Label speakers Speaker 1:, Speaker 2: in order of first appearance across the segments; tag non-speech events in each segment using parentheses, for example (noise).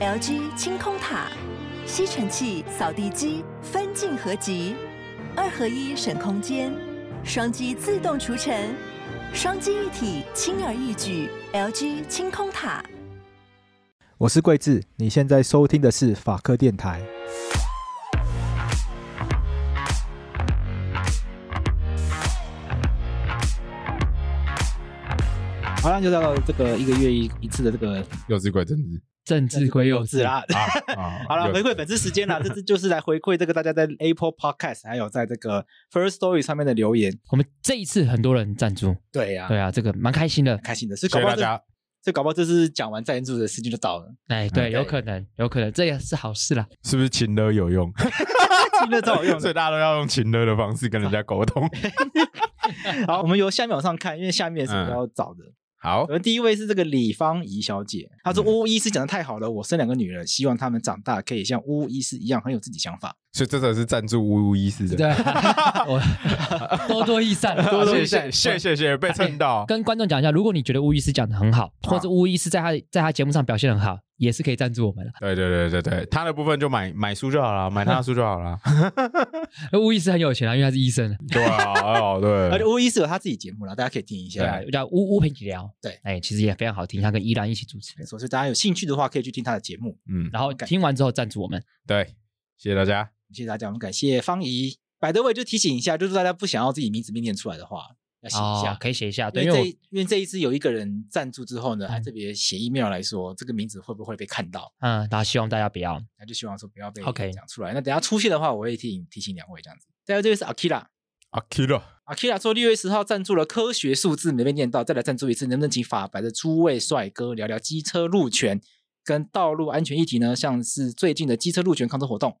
Speaker 1: LG 清空塔、吸尘器、扫地机分镜合集，二合一省空间，双击自动除尘，双击一体轻而易举。LG 清空塔。
Speaker 2: 我是桂智，你现在收听的是法科电台。好了，那就到这个一个月一一次的这个
Speaker 3: 幼稚鬼政治
Speaker 4: 政治归幼
Speaker 2: (laughs)
Speaker 4: 稚啦。
Speaker 3: (laughs) 啊啊！
Speaker 2: 好了，
Speaker 3: 幼
Speaker 2: 回馈粉丝时间 (laughs) 啦，这次就是来回馈这个大家在 Apple Podcast 还有在这个 First Story 上面的留言。
Speaker 4: 我们这一次很多人赞助，
Speaker 2: 对呀、
Speaker 4: 对啊，这个蛮开心的。
Speaker 2: 开心的，是搞
Speaker 3: 谢谢
Speaker 2: 不好
Speaker 3: 大
Speaker 2: 这
Speaker 3: 家。
Speaker 2: 这搞不好这是讲完赞助的时间就到了，
Speaker 4: 哎，对，
Speaker 2: 嗯
Speaker 4: 有可能，有可能，这也是好事啦。
Speaker 3: 是不是情勒有 (laughs) 用？
Speaker 2: 真的超好用的 (laughs)
Speaker 3: 所以。大家都要哦用情勒的方式跟人家沟通。
Speaker 2: 好，我们由下面往上看，因为下面是比较早的。
Speaker 3: (laughs) 好
Speaker 2: 我，们第一位是这个李芳怡小姐，她说
Speaker 3: 嗯
Speaker 2: 巫医师讲的太好了，我生两个女儿，希望她们长大可以像巫医师一样很有自己想法。
Speaker 3: 所以这首是赞助无医师
Speaker 4: 对 (laughs)
Speaker 3: 的，
Speaker 4: 啊，我多多益善，
Speaker 3: 多多益
Speaker 4: 益
Speaker 3: 善，谢谢谢谢被蹭 (laughs) 到。
Speaker 4: 跟观众讲一下，如果你觉得巫医师讲的很好，或者巫医师在他在他节目上表现得很好，也是可以赞助我们的。
Speaker 3: 对对对对对，他的部分就买买书就好 (laughs) 了，买他的书就好了。
Speaker 4: 那巫医师很有钱啊，因为他是医生。
Speaker 3: 对啊，哦
Speaker 2: 而且
Speaker 3: 对，
Speaker 2: 巫医师有她自己节目了，大家可以听一
Speaker 4: 嗯对啊
Speaker 2: 下。，
Speaker 4: 叫巫巫陪你聊。
Speaker 2: 对
Speaker 4: 哎，其实也非常好听，他跟依兰一起主持
Speaker 2: 没。错，所以大家有兴趣的话，可以去听她的节目。
Speaker 3: 嗯，
Speaker 4: 然后听完之后赞助我们，
Speaker 3: 对，谢谢大家。
Speaker 2: 谢谢大家，我们感谢芳怡。百德位就提醒一下，就是大家不想要自己名字被念出来的话，要写一下。
Speaker 4: 哦，可以写一下。对，
Speaker 2: 因
Speaker 4: 因
Speaker 2: 为这
Speaker 4: 为我
Speaker 2: 一因为这一次有一个人赞助之后呢，
Speaker 4: 嗯
Speaker 2: 还特别写 email 来说，这个名字会不会被看到？
Speaker 4: 嗯，然后希望大家不要。
Speaker 2: 那就希望说不要被
Speaker 4: OK
Speaker 2: 讲出来。那等下出现的话，我会提提醒两位这样子。再来这个是 Akira。
Speaker 3: (laughs) 阿 Kira，
Speaker 2: Akira 说六月十号赞助了科学数字没被念到，再来赞助一次，能不能请法白的诸位帅哥聊聊机车路权跟道路安全议题呢？像是最近的机车路权抗争活动。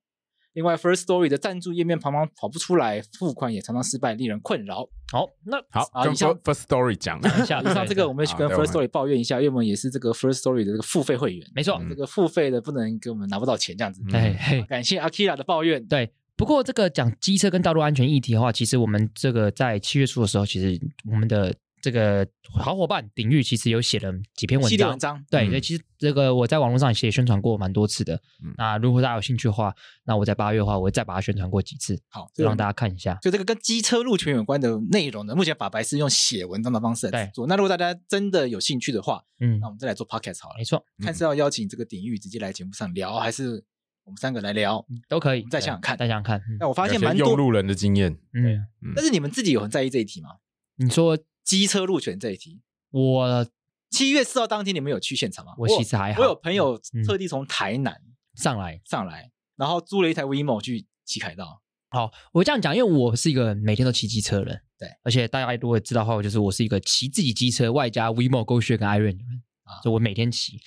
Speaker 2: 另外，First Story 的赞助页面旁旁跑不出来，付款也常常失败，令人困扰。
Speaker 4: 好，那
Speaker 3: 好
Speaker 2: 啊，
Speaker 3: 跟
Speaker 2: 以上
Speaker 3: First First Story (laughs) 讲，
Speaker 4: 一下
Speaker 2: 以上这个我们去
Speaker 3: 好
Speaker 2: 跟
Speaker 3: 啊对我
Speaker 2: First
Speaker 3: 们
Speaker 2: Story 抱怨一下，因为我们也是这个 First Story 的这个付费会员，
Speaker 4: 没错
Speaker 3: 嗯。
Speaker 2: 这个付费的不能给我们拿不到钱这样子。
Speaker 3: 嗯
Speaker 4: 哎嘿，
Speaker 2: 感谢 Akira 的抱怨，
Speaker 4: 对。不过这个讲机车跟道路安全议题的话，其实我们这个在七月初的时候，其实我们的这个好伙伴鼎玉其实有写了几篇文
Speaker 2: 系列
Speaker 4: 章
Speaker 2: 文。章，
Speaker 4: 对，
Speaker 3: 嗯
Speaker 4: 所以其实这个我在网络上也宣传过蛮多次的。
Speaker 3: 嗯
Speaker 4: 那如果大家有兴趣的话，那我在八月的话，我会再把它宣传过几次，
Speaker 2: 好，
Speaker 4: 就让大
Speaker 2: 家。
Speaker 4: 家看一下。
Speaker 2: 就这个跟机车路权有关的内容呢，目前法白是用写文章的方式来制作。那如果大家真的有兴趣的话，
Speaker 4: 嗯
Speaker 2: 那，我们再来做 podcast 好了
Speaker 4: 没。错，
Speaker 2: 看是要邀请这个鼎玉直接来节目上聊，还是我们三个来聊？
Speaker 4: 都可以。
Speaker 2: 我们再想想看
Speaker 4: 再想想看。
Speaker 2: 但我发
Speaker 3: 有
Speaker 2: 现
Speaker 3: 些
Speaker 2: 蛮
Speaker 3: 用
Speaker 2: 多，
Speaker 3: 路人的经验，
Speaker 4: 嗯嗯，
Speaker 2: 但是你们自己有很在意这一题吗？
Speaker 4: 你说
Speaker 2: 机车路权这一题，
Speaker 4: 我
Speaker 2: 七月四号当天你们有去现场吗？
Speaker 4: 我其实还好
Speaker 2: 我有朋友
Speaker 4: 嗯
Speaker 2: 特地从台南
Speaker 4: 上来，
Speaker 2: 上来，然后租了一台 WeMo 去骑凯道。
Speaker 4: 好，我这样讲，因为我是一个每天都骑机车的人，
Speaker 2: 对，
Speaker 4: 而且大家如果知道的话，我就是我是一个骑自己机车，外加 WeMo、g o s h a r 跟 Iron 的人，
Speaker 2: 啊
Speaker 4: 所以我每天骑，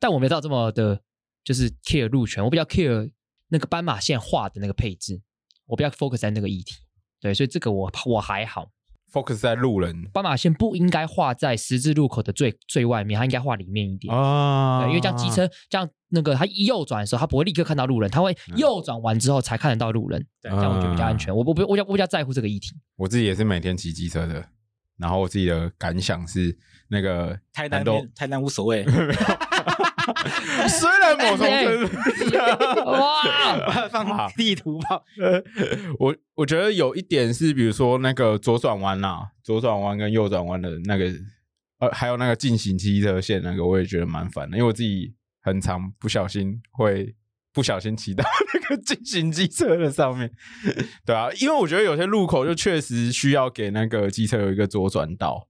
Speaker 4: 但我没到这么的，就是 care 路权，我比较 care 那个斑马线画的那个配置，我比较 focus 在那个议题，对，所以这个我我还好，
Speaker 3: focus 在路人
Speaker 4: 斑马线不应该画在十字路口的最最外面，它应该画里面一
Speaker 2: 哦
Speaker 4: 点。
Speaker 3: 啊
Speaker 4: 对，因为这样机车这样那个它一右转的时候，它不会立刻看到路人，它会右转完之后才看得到路人，
Speaker 2: 对
Speaker 4: 嗯这
Speaker 3: 嗯
Speaker 4: 样我觉得比较安全。我不不我比较我比较在乎这个议 (laughs) 题。
Speaker 3: 我自己也是每天骑机车的，然后我自己的感想是，那个
Speaker 2: 台南
Speaker 3: 很多
Speaker 2: 没台南无所
Speaker 4: (laughs)
Speaker 2: 谓，
Speaker 3: (laughs) 虽然某种程度，
Speaker 4: 哇，
Speaker 2: 我要放地图炮。
Speaker 3: (laughs) 我我觉得有一点是，比如说那个左转弯呐，左转弯跟右转弯的那个，呃，还有那个进行机车线那个，我也觉得蛮烦的，因为我自己很常不小心会。不小心骑到那个进行机车的上面，对啊，因为我觉得有些路口就确实需要给那个机车有一个左转道，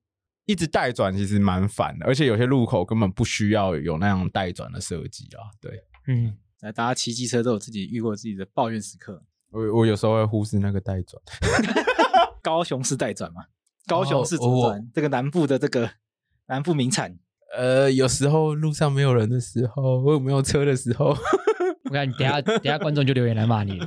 Speaker 3: 一直带转其实蛮烦的，而且有些路口根本不需要有那样带转的设计啊。对
Speaker 4: 嗯，
Speaker 2: 那大家骑机车都有自己遇过自己的抱怨时刻。
Speaker 3: 我，我有时候会忽视那个带转。
Speaker 2: 高雄市代转嘛，高雄
Speaker 4: 哦
Speaker 2: 市左转，这个南部的这个南部名产。
Speaker 3: 呃，有时候路上没有人的时候，我有没有车的时候， (laughs)
Speaker 4: 我看你等一下等一下观众就留言来骂你了。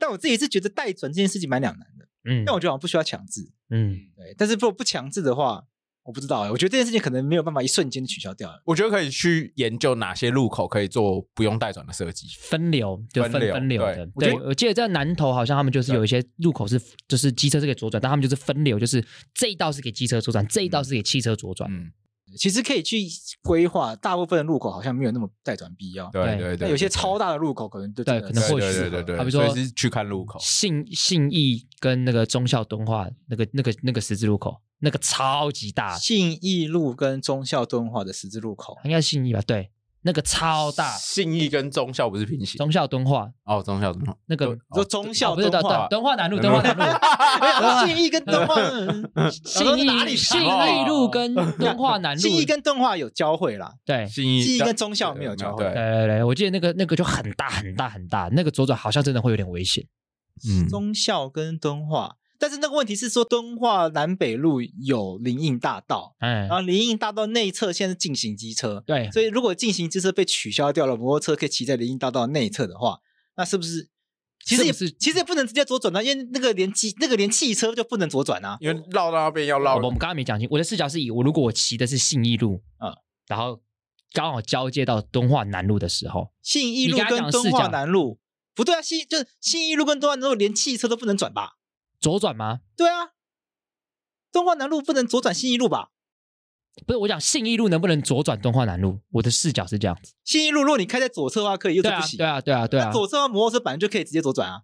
Speaker 2: 但我自己是觉得代转这件事情蛮两难的，
Speaker 4: 嗯
Speaker 2: 但我觉得好像不需要强制。
Speaker 4: 嗯，
Speaker 2: 对，但是如果不强制的话，我不知道哎、我觉得这件事情可能没有办法一瞬间取消掉了。
Speaker 3: 我觉得可以去研究哪些路口可以做不用带转的设计。
Speaker 4: 分流就分
Speaker 3: 分流
Speaker 4: 分流的。
Speaker 2: 对
Speaker 4: 对，
Speaker 2: 我觉
Speaker 4: 我记得在南投好像他们就是有一些路口是就是机车是给左转，但他们就是分流，就是这一道是给机车左转，这一道是给汽车左转。
Speaker 3: 嗯，
Speaker 2: 其实可以去规划，大部分的路口好像没有那么带转必要。
Speaker 3: 对
Speaker 4: 对
Speaker 3: 对
Speaker 2: 但
Speaker 3: 对，
Speaker 2: 有些超大的路口可能就
Speaker 4: 对
Speaker 2: 真的
Speaker 4: 可能
Speaker 3: 对
Speaker 2: 是
Speaker 4: 或许
Speaker 3: 对对对
Speaker 4: 好比
Speaker 3: 对，所以
Speaker 4: 说
Speaker 3: 是去看路口，
Speaker 4: 信信义跟那个忠孝敦化那个那个那个十字路口，那个超级大，
Speaker 2: 信义路跟忠孝敦化的十字路口，
Speaker 4: 应该是信义吧？对，那个超大，
Speaker 3: 信义跟忠孝不是平行
Speaker 4: 忠孝敦化
Speaker 3: 哦，忠孝忠孝
Speaker 4: 那个
Speaker 3: 对
Speaker 2: 你说忠孝
Speaker 4: 哦不是
Speaker 2: 敦
Speaker 4: 敦
Speaker 2: 化，
Speaker 4: 敦化南路，敦化南路。
Speaker 2: 哎 (laughs) 信义跟敦化，嗯
Speaker 4: (laughs) 信
Speaker 2: 哪里
Speaker 4: 义
Speaker 2: 想
Speaker 4: 信
Speaker 2: 啊
Speaker 4: 义路跟敦化南
Speaker 2: (laughs)
Speaker 4: 路，
Speaker 2: 信义跟敦化有交汇啦，
Speaker 4: 对
Speaker 3: 信义
Speaker 2: 信义跟忠孝没有交汇
Speaker 4: 对
Speaker 3: 对，
Speaker 4: 对对，我记得那个那个就很大很大很大，那个左转好像真的会有点危险。
Speaker 3: 嗯
Speaker 2: 忠孝跟敦化。但是那个问题是说，敦化南北路有林荫大道，
Speaker 4: 嗯
Speaker 2: 然，后林荫大道内侧现在是禁行机车，
Speaker 4: 对，
Speaker 2: 啊所以如果禁行机车被取消掉了，摩托车可以骑在林荫大道内侧的话，那是不是？其实也
Speaker 4: 是不是
Speaker 2: 其实也不能直接左转啊，因为那个连机那个连汽车就不能左转啊。
Speaker 3: 因为绕到那边要
Speaker 4: 我
Speaker 3: 绕
Speaker 4: 哦我们刚刚没讲清，我的视角是以我如果我骑的是信义路，
Speaker 2: 嗯
Speaker 4: 嗯，然后刚好交界到敦化南路的时候，
Speaker 2: 信义路
Speaker 4: 你刚刚
Speaker 2: 跟
Speaker 4: 讲的
Speaker 2: 敦
Speaker 4: 是
Speaker 2: 化
Speaker 4: 讲
Speaker 2: 南路不对啊，信就是信义路跟敦化南路连汽车都不能转吧？
Speaker 4: 左转吗？
Speaker 2: 对啊，敦化南路不能左转信义路吧？
Speaker 4: 不是，我讲信义路能不能左转敦化南路？我的视角是这样子。
Speaker 2: 信义路如果你开在左侧的话，可以，右
Speaker 4: 对
Speaker 2: 侧
Speaker 4: 啊
Speaker 2: 不，行。
Speaker 4: 对啊，对啊，对啊
Speaker 2: 那。左侧的话摩托车本来就可以直接左转啊。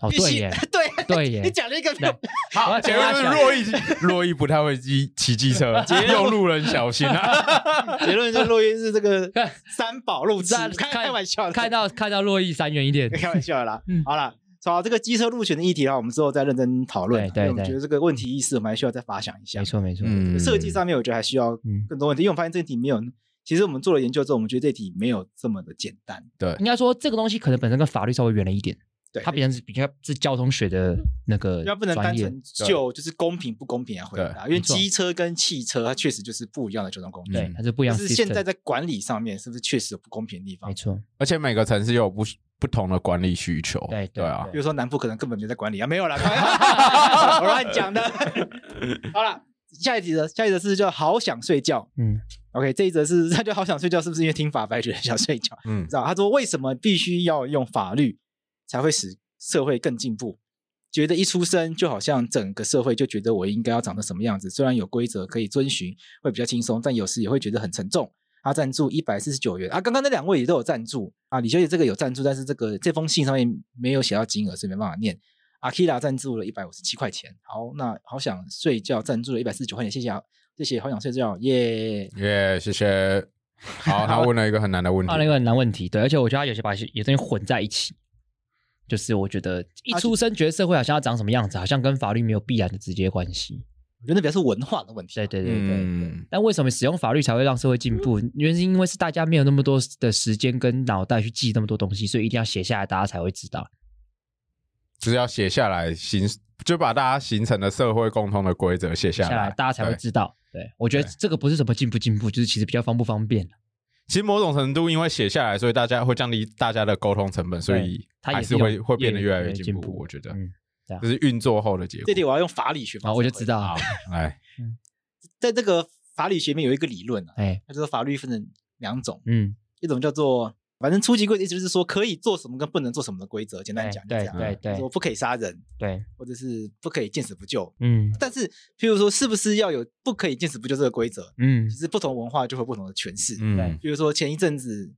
Speaker 4: 哦，
Speaker 2: 因为
Speaker 4: 对
Speaker 2: 信
Speaker 4: 耶，
Speaker 2: (laughs) 对
Speaker 4: 对
Speaker 2: 你
Speaker 4: 耶。
Speaker 2: 讲
Speaker 4: (laughs)
Speaker 2: 了一个没有
Speaker 4: 对好
Speaker 3: 结论是洛伊，洛伊不太会骑骑机车，用路人小心
Speaker 2: (laughs)
Speaker 3: 啊！
Speaker 2: 结论就是洛伊是这个
Speaker 4: 看
Speaker 2: 三宝路痴，
Speaker 4: 看
Speaker 2: 开开玩笑的，
Speaker 4: 看到看到洛邑山远一点，
Speaker 2: 开玩笑的啦。
Speaker 4: (laughs) 嗯
Speaker 2: 好了，好，这个机车入选的议题啊，我们之后再认真讨论啊。
Speaker 4: 对对
Speaker 2: 因为我们
Speaker 4: 对
Speaker 2: 觉得这个问题意识，我们还需要再发想一下
Speaker 4: 没。错没错。
Speaker 3: 嗯
Speaker 2: 设计上面，我觉得还需要
Speaker 4: 嗯
Speaker 2: 更多问题，因为我发现这题没有。其实我们做了研究之后，我们觉得这题没有这么的简单。
Speaker 3: 对
Speaker 4: 应该说这个东西可能本身跟法律稍微远了一点，
Speaker 2: 对，
Speaker 4: 它比较是比较是交通学的那个
Speaker 2: 要不能
Speaker 4: 专
Speaker 2: 单
Speaker 4: 业。
Speaker 2: 纯就就是公平不公平来回答，因为
Speaker 4: 没错
Speaker 2: 机车跟汽车它确实就是不一样的交通工具。
Speaker 4: 对
Speaker 3: 嗯，
Speaker 4: 它是不一
Speaker 2: 但
Speaker 4: 样。
Speaker 2: 是现在，在管理上面，是不是确实有不公平的地方
Speaker 4: 没？错，
Speaker 3: 而且每个城市又有不不同的管理需求，
Speaker 4: 对
Speaker 3: 对啊，
Speaker 2: 比如说南部可能根本没在管理啊，没有啦，开玩
Speaker 4: (laughs)
Speaker 2: 笑我乱讲的。好了，下一题的下一则是叫好想睡觉。
Speaker 4: 嗯，
Speaker 2: OK，这一则是 (laughs) 他就好想睡觉，是不是因为听法白觉得想睡觉？
Speaker 3: 嗯
Speaker 2: 你知道他说为什么必须要用法律才会使社会更进步？觉得一出生就好像整个社会就觉得我应该要长成什么样子，虽然有规则可以遵循，会比较轻松，但有时也会觉得很沉重。他赞助一百四十九元啊，刚刚那两位也都有赞助啊，李小姐这个有赞助，但是这个这封信上面没有写到金额，所以没办法念。阿 Kira 赞助了一百五十七块钱，好，那好想睡觉赞助了一百四十九块钱，谢谢啊，谢谢，好想睡觉，耶、
Speaker 3: 耶，谢谢。好，他问了一个很难的问题
Speaker 4: 啊，，那个很难问题，对，而且我觉得他有些把有些东西混在一起，就是我觉得一出生觉得社会好像要长什么样子，好像跟法律没有必然的直接关系。
Speaker 2: 我觉得那比较是文化的问题。啊
Speaker 4: 对对对对。
Speaker 3: 嗯，
Speaker 4: 但为什么使用法律才会让社会进步？原因是因为是大家没有那么多的时间跟脑袋去记那么多东西，所以一定要写下来，大家才会知道。
Speaker 3: 就是要写下来，形就把大家形成的社会共同的规则写下
Speaker 4: 下来
Speaker 3: 来，
Speaker 4: 大家才会
Speaker 3: 对
Speaker 4: 知道。对，我觉得这个不是什么进不进步，就是其实比较方不方便。
Speaker 3: 其实某种程度，因为写下来，所以大家会降低大家的沟通成本，所以
Speaker 4: 它
Speaker 3: 还
Speaker 4: 也
Speaker 3: 是
Speaker 4: 一种
Speaker 3: 会会变得越来越进
Speaker 4: 进
Speaker 3: 步。我觉得
Speaker 4: 嗯，啊
Speaker 3: 这是运作后的结
Speaker 2: 这
Speaker 3: 果。哎
Speaker 2: 题我要用法理学方
Speaker 4: 好，
Speaker 2: 式
Speaker 4: 我就
Speaker 2: 回
Speaker 4: 知
Speaker 2: 答。
Speaker 4: 道
Speaker 3: 好，，来，
Speaker 2: 在这个法理学里面有一个理论啊，
Speaker 4: 哎，
Speaker 2: 它就是法律分成两种，
Speaker 4: 嗯，
Speaker 2: 一种叫做反正初级规则，意思就是说可以做什么跟不能做什么的规则。简单
Speaker 4: 对
Speaker 2: 讲就这
Speaker 4: 对
Speaker 3: 啊
Speaker 2: 样，
Speaker 4: 对对
Speaker 2: 说不可以杀人，
Speaker 4: 对，
Speaker 2: 或者是不可以见死不救。
Speaker 4: 嗯
Speaker 2: 但是，譬如说，是不是要有不可以见死不救这个规则？
Speaker 4: 嗯
Speaker 2: 其，实不同文化就会有不同的诠释。
Speaker 3: 嗯，
Speaker 2: 比如说前一阵子，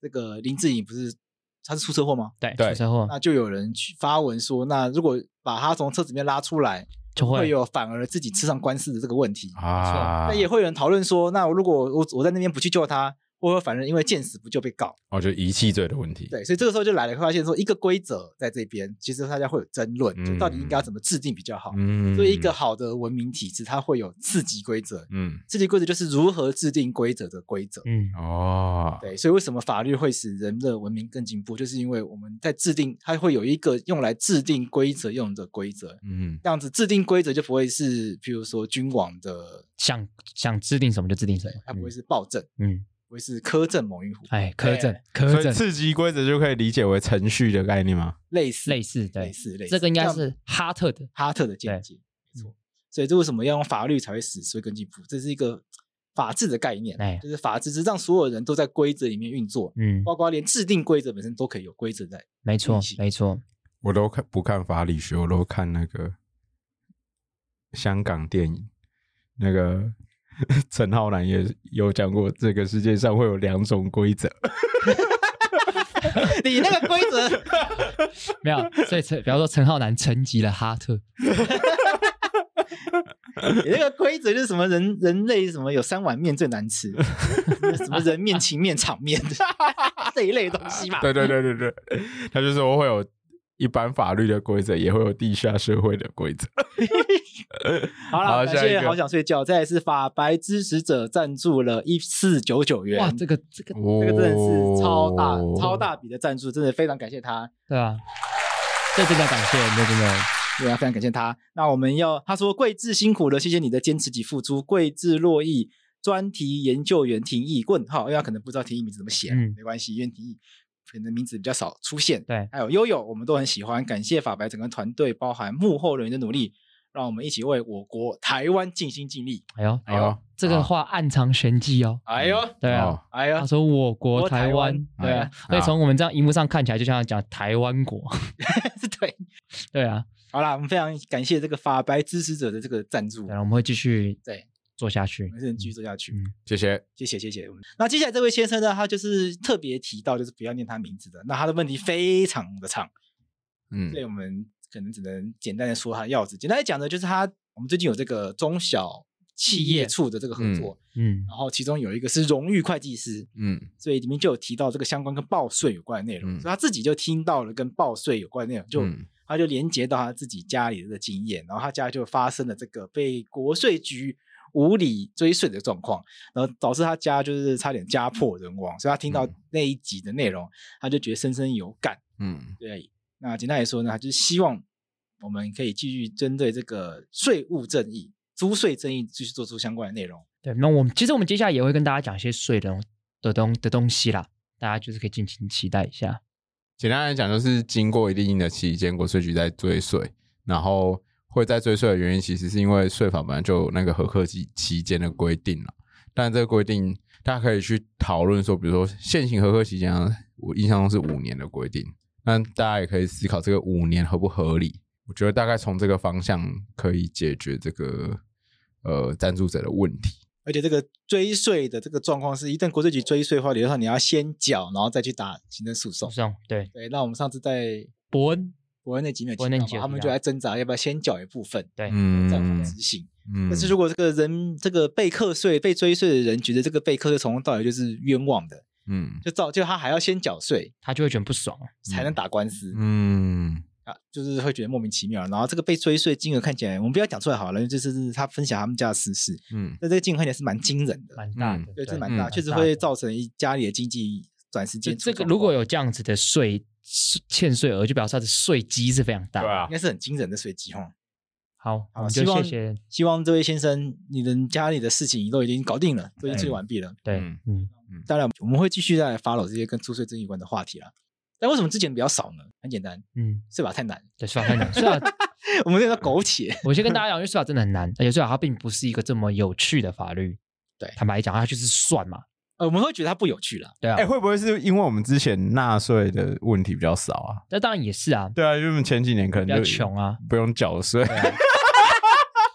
Speaker 2: 这个林志颖不是他是出车祸吗？
Speaker 4: 对，
Speaker 3: 对
Speaker 4: 出车祸
Speaker 2: 那就有人去发文说，那如果把他从车子里面拉出来，
Speaker 4: 就
Speaker 2: 会
Speaker 4: 会哦
Speaker 2: 有反而自己吃上官司的这个问题。
Speaker 3: 啊
Speaker 2: 那，也会有人讨论说，那如果我我在那边不去救他，会不会反正因为见死不救被告？
Speaker 3: 我觉得遗弃罪的问题，
Speaker 2: 对，所以这个时候就来了，会发现说一个规则在这边，其实大家会有争论，
Speaker 3: 嗯
Speaker 2: 就到底应该要怎么制定比较好。
Speaker 3: 嗯
Speaker 2: 所以一个，好的文明体制，它会有次级规则，
Speaker 3: 嗯，
Speaker 2: 次级规则就是如何制定规则的规则。
Speaker 4: 嗯
Speaker 3: 哦，
Speaker 2: 对，所以为什么法律会使人的文明更进步，就是因为我们在制定，它会有一个用来制定规则用的规则，
Speaker 3: 嗯，
Speaker 2: 这样子制定规则就不会是，譬如说君王的，
Speaker 4: 想想制定什么就制定什么，
Speaker 2: 它不会是暴政，
Speaker 4: 嗯，
Speaker 2: 不会是苛政猛于虎，
Speaker 4: 哎，苛政苛
Speaker 3: 所以
Speaker 4: 政
Speaker 3: 刺激规则就可以理解为程序的概念吗？
Speaker 2: 类似
Speaker 4: 类似对
Speaker 2: 类，似类似，
Speaker 4: 这个应该
Speaker 2: 像
Speaker 4: 是哈特
Speaker 3: 哦
Speaker 4: 的，
Speaker 2: 哈特的见
Speaker 4: 对
Speaker 2: 解，没错。所以这为什么要用法律才会使社会更进步？这是一个法治的概念，
Speaker 4: 哎
Speaker 2: 就是法治是让所有人都在规则里面运作，
Speaker 4: 嗯，
Speaker 2: 包括连制定规则本身都可以有规则在。
Speaker 4: 没错
Speaker 2: 运气
Speaker 4: 没错，
Speaker 3: 我都看不看法理学，我都看那个香港电影，那个 (laughs) 陈浩南也有讲过，这个世界上会有两种规则。
Speaker 2: 你那个规则，
Speaker 4: (laughs) 没有，所以陈，比方说陈浩南沉寂了哈特，
Speaker 2: 你那个规则就是什么人人类什么有三碗面最难吃，什么人面、情面、场面 (laughs) 这一类的东西嘛。
Speaker 3: 对对对对对，他就说会有一般法律的规则，也会有地下社会的规则。
Speaker 2: 好
Speaker 3: 好
Speaker 2: 了，感
Speaker 3: 下一
Speaker 2: 谢
Speaker 3: 个
Speaker 2: 好想睡觉。再来是法白支持者赞助了一四九九元，
Speaker 4: 哇，这个这个
Speaker 3: 哦
Speaker 2: 这个真的是超大、
Speaker 4: 哦
Speaker 2: 超大笔的赞助，真的非常感谢他，
Speaker 4: 对啊，这真的感谢，这真的
Speaker 2: 对啊，非常感谢他。那我们要他说桂志辛苦了，谢谢你的坚持及付出，桂志洛邑专题研究员廷义问号，因为他可能不知道廷义名字怎么写，啊
Speaker 4: 嗯
Speaker 2: 没关系，因为廷义可能名字比较少出现。
Speaker 4: 对
Speaker 2: 还有悠悠，我们都很喜欢，感谢法白整个团队，包含幕后人员的努力，让我们一起为我国台湾尽心尽力。
Speaker 4: 哎呦，
Speaker 2: 哎呦，
Speaker 4: 这个话暗藏玄机哦。
Speaker 2: 哎呦，
Speaker 4: 对
Speaker 3: 哦
Speaker 4: 啊，
Speaker 2: 哎
Speaker 4: 他
Speaker 2: 呦，
Speaker 4: 说我国
Speaker 2: 国台
Speaker 4: 台湾，
Speaker 2: 湾
Speaker 4: 对
Speaker 2: 哎
Speaker 4: 啊，所以从我们这样荧幕上看起来，就像讲台湾国，
Speaker 2: (laughs)
Speaker 4: (laughs)
Speaker 2: 对，
Speaker 4: 对啊，
Speaker 2: 好啦，我们非常感谢这个法白支持者的这个赞助，
Speaker 4: 对啊，我们会继续
Speaker 2: 对
Speaker 4: 做下去
Speaker 2: 我们。是继续做下去。
Speaker 4: 嗯
Speaker 3: 谢谢。
Speaker 2: 谢谢谢谢。那接下来这位先生呢，他就是特别提到，就是不要念他名字的。那他的问题非常的长，
Speaker 3: 嗯
Speaker 2: 所以我们可能只能简单的说他的要旨。简单来讲呢，就是他我们最近有这个中小企业处的这个合作，
Speaker 4: 嗯，
Speaker 2: 然后其中有一个是荣誉会计师，
Speaker 3: 嗯
Speaker 2: 所以里面就有提到这个相关跟报税有关的内容，
Speaker 3: 嗯
Speaker 2: 所以他自己就听到了跟报税有关的内容，就、
Speaker 3: 嗯
Speaker 2: 他就连接到他自己家里的经验，然后他家就发生了这个被国税局无理追税的状况，然后导致他家就是差点家破人亡，所以他听到
Speaker 3: 嗯
Speaker 2: 那一集的内容，他就觉得深深有感。
Speaker 3: 嗯
Speaker 2: 对，那简单来说呢，他就是希望我们可以继续针对这个税务正义、租税正义继续做出相关的内容。
Speaker 4: 对，那我们其实我们接下来也会跟大家讲一些税的东的东的东西啦，大家就是可以敬请期待一下。
Speaker 3: 简单来讲，就是经过一定的期间，国税局在追税，然后会在追税的原因，其实是因为税法本来就有那个合客期期间的规定了。但这个规定，大家可以去讨论说，比如说现行合客期间啊，我印象中是五年的规定，那大家也可以思考这个五年合不合理。我觉得大概从这个方向可以解决这个呃赞助者的问题。
Speaker 2: 而且这个追税的这个状况是，一旦国税局追税的话，理论上你要先缴，然后再去打行政诉讼
Speaker 4: 董。事长，对，
Speaker 2: 对，那我们上次在
Speaker 4: 伯恩，
Speaker 2: 伯恩那几秒提
Speaker 4: 伯恩那
Speaker 2: 到
Speaker 4: 集
Speaker 2: 嘛
Speaker 4: 有
Speaker 2: 他
Speaker 4: 提
Speaker 2: 们
Speaker 4: 到
Speaker 2: 就在挣扎要不要先缴一部分，
Speaker 4: 对，
Speaker 3: 嗯
Speaker 2: 再往后执行。
Speaker 3: 嗯
Speaker 2: 但是如果这个人这个被课税、被追税的人觉得这个被课税从头到尾就是冤枉的，
Speaker 3: 嗯
Speaker 2: 就造就他还要先缴税
Speaker 4: 他就会觉得不爽。啊
Speaker 2: 才能打官司、
Speaker 3: 嗯
Speaker 2: 啊，就是会觉得莫名其妙。然后这个被追税金额看起来，我们不要讲出来好了，因为这是他分享他们家的私事，
Speaker 3: 嗯
Speaker 2: 但这个金额看起来是蛮惊人的，
Speaker 4: 蛮大的，
Speaker 3: 嗯
Speaker 2: 对，
Speaker 4: 对
Speaker 2: 这蛮大，
Speaker 3: 嗯
Speaker 2: 确实
Speaker 4: 蛮大的
Speaker 2: 会造成一家里的经济短时
Speaker 4: 就
Speaker 2: 间
Speaker 4: 这
Speaker 2: 出
Speaker 4: 个
Speaker 2: 状
Speaker 4: 如果
Speaker 2: 况
Speaker 4: 有这样子的税是欠税额，就表示它的税基是非常大。
Speaker 3: 对啊
Speaker 2: 应该是很惊人的税基哈。
Speaker 4: 好，我
Speaker 2: 好，
Speaker 4: 们
Speaker 2: 希
Speaker 4: 就
Speaker 2: 望
Speaker 4: 谢谢。
Speaker 2: 希望这位先生，你的家里的事情都已经搞定了，都已经处理完毕了。
Speaker 4: 对，
Speaker 3: 嗯
Speaker 4: 嗯，
Speaker 2: 当然，我们会继续再来 follow 这些跟租税争议有关的话题啦。但为什么之前比较少呢？很简单，
Speaker 4: 嗯，
Speaker 2: 税法太难，
Speaker 4: 对，税法太难。税法，
Speaker 2: 我们这个苟且。
Speaker 4: 我先跟大家讲，因为税法真的很难，而且税法它并不是一个这么有趣的法律。
Speaker 2: 对
Speaker 4: 坦白讲，它就是算嘛。
Speaker 2: 呃，我们会觉得它不有趣啦。
Speaker 4: 对啊
Speaker 3: 哎、，会不会是因为我们之前纳税的问题比较少啊？
Speaker 4: 那当然也是啊，
Speaker 3: 对啊，因为我们前几年可能
Speaker 4: 比
Speaker 3: 就
Speaker 4: 较穷啊。
Speaker 3: 不用缴税。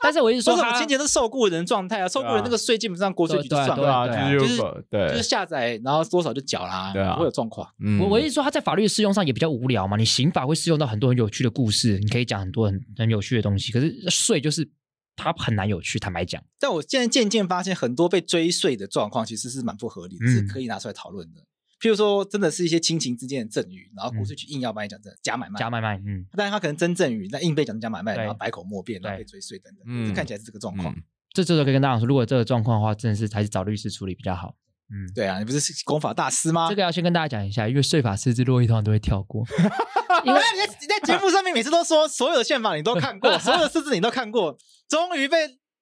Speaker 4: 但是我一直
Speaker 2: 说
Speaker 4: 说
Speaker 2: 什么
Speaker 4: 它，
Speaker 2: 先前都受雇人的状态啊，受雇人那个税基本上国税局就算
Speaker 4: 对
Speaker 3: 对
Speaker 2: 了，
Speaker 3: 啊，
Speaker 4: 对啊
Speaker 3: 就
Speaker 2: 就
Speaker 3: 是
Speaker 2: 是
Speaker 3: 有
Speaker 2: 就
Speaker 3: 对
Speaker 2: 是，下载然后多少就缴啦，
Speaker 3: 对啊
Speaker 2: 不会有状况。
Speaker 3: 嗯
Speaker 4: 我我一直说它在法律的适用上也比较无聊嘛。你刑法会适用到很多很有趣的故事，你可以讲很多很很有趣的东西。可是税就是它很难有趣，坦白讲。
Speaker 2: 但我现在渐渐发现，很多被追税的状况其实是蛮不合理的，
Speaker 4: 嗯
Speaker 2: 是可以拿出来讨论的。譬如说，真的是一些亲情之间的赠与，然后国税局硬要把你讲成假买卖，
Speaker 4: 加麦麦，嗯，
Speaker 2: 但是他可能真赠与，但硬被讲成假买卖，
Speaker 4: 对
Speaker 2: 然后百口莫辩，然后
Speaker 4: 对
Speaker 2: 被追税等等，
Speaker 3: 嗯
Speaker 2: 这看起来是这个状况。
Speaker 3: 嗯
Speaker 4: 这这时候可以跟大家讲说，如果这个状况的话，真的是还是找律师处理比较好。嗯，
Speaker 2: 对啊，你不是功法大师吗？
Speaker 4: 这个要先跟大家讲一下，因为税法四字落议通常都会跳过，因为
Speaker 2: 你在 (laughs) 你在节目上面每次都说所有的宪法你都看
Speaker 4: (laughs)
Speaker 2: 过，所有的四字你都看过，终于被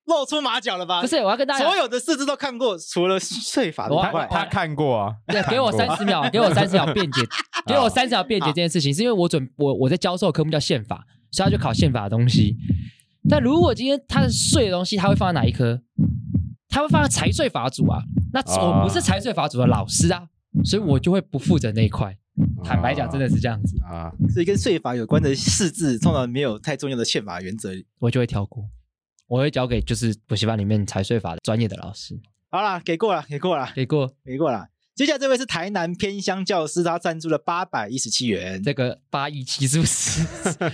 Speaker 2: 露出马脚了吧？
Speaker 4: 不是，我要跟大家
Speaker 2: 啊所有的四字都看过，除了税法的
Speaker 4: 我
Speaker 2: 以
Speaker 3: 他
Speaker 2: 外。
Speaker 3: 他看过啊，
Speaker 4: 对，给我
Speaker 3: 看过
Speaker 4: 三十秒，给我三十秒辩解，给我三十秒辩解这件事情，是因为我准我我在教授的科目叫宪法，所以他就考宪法的东西。但如果今天他的税的东西，他会放在哪一科？他会放在财税法组啊。那
Speaker 3: 啊
Speaker 4: 我不是财税法组的老师啊，所以我就会不负责那一块。坦白讲，真的是这样子，
Speaker 3: 啊，
Speaker 2: 所以跟税法有关的四字，通常没有太重要的宪法原则
Speaker 4: 我就会跳过。我会交给就是补习班里面财税法专业的老师。
Speaker 2: 好啦，给过了，给过了，
Speaker 4: 给过
Speaker 2: 给过了。接下来这位是台南偏乡教师，他赞助了八百一十七元。
Speaker 4: 这个八一七是不是？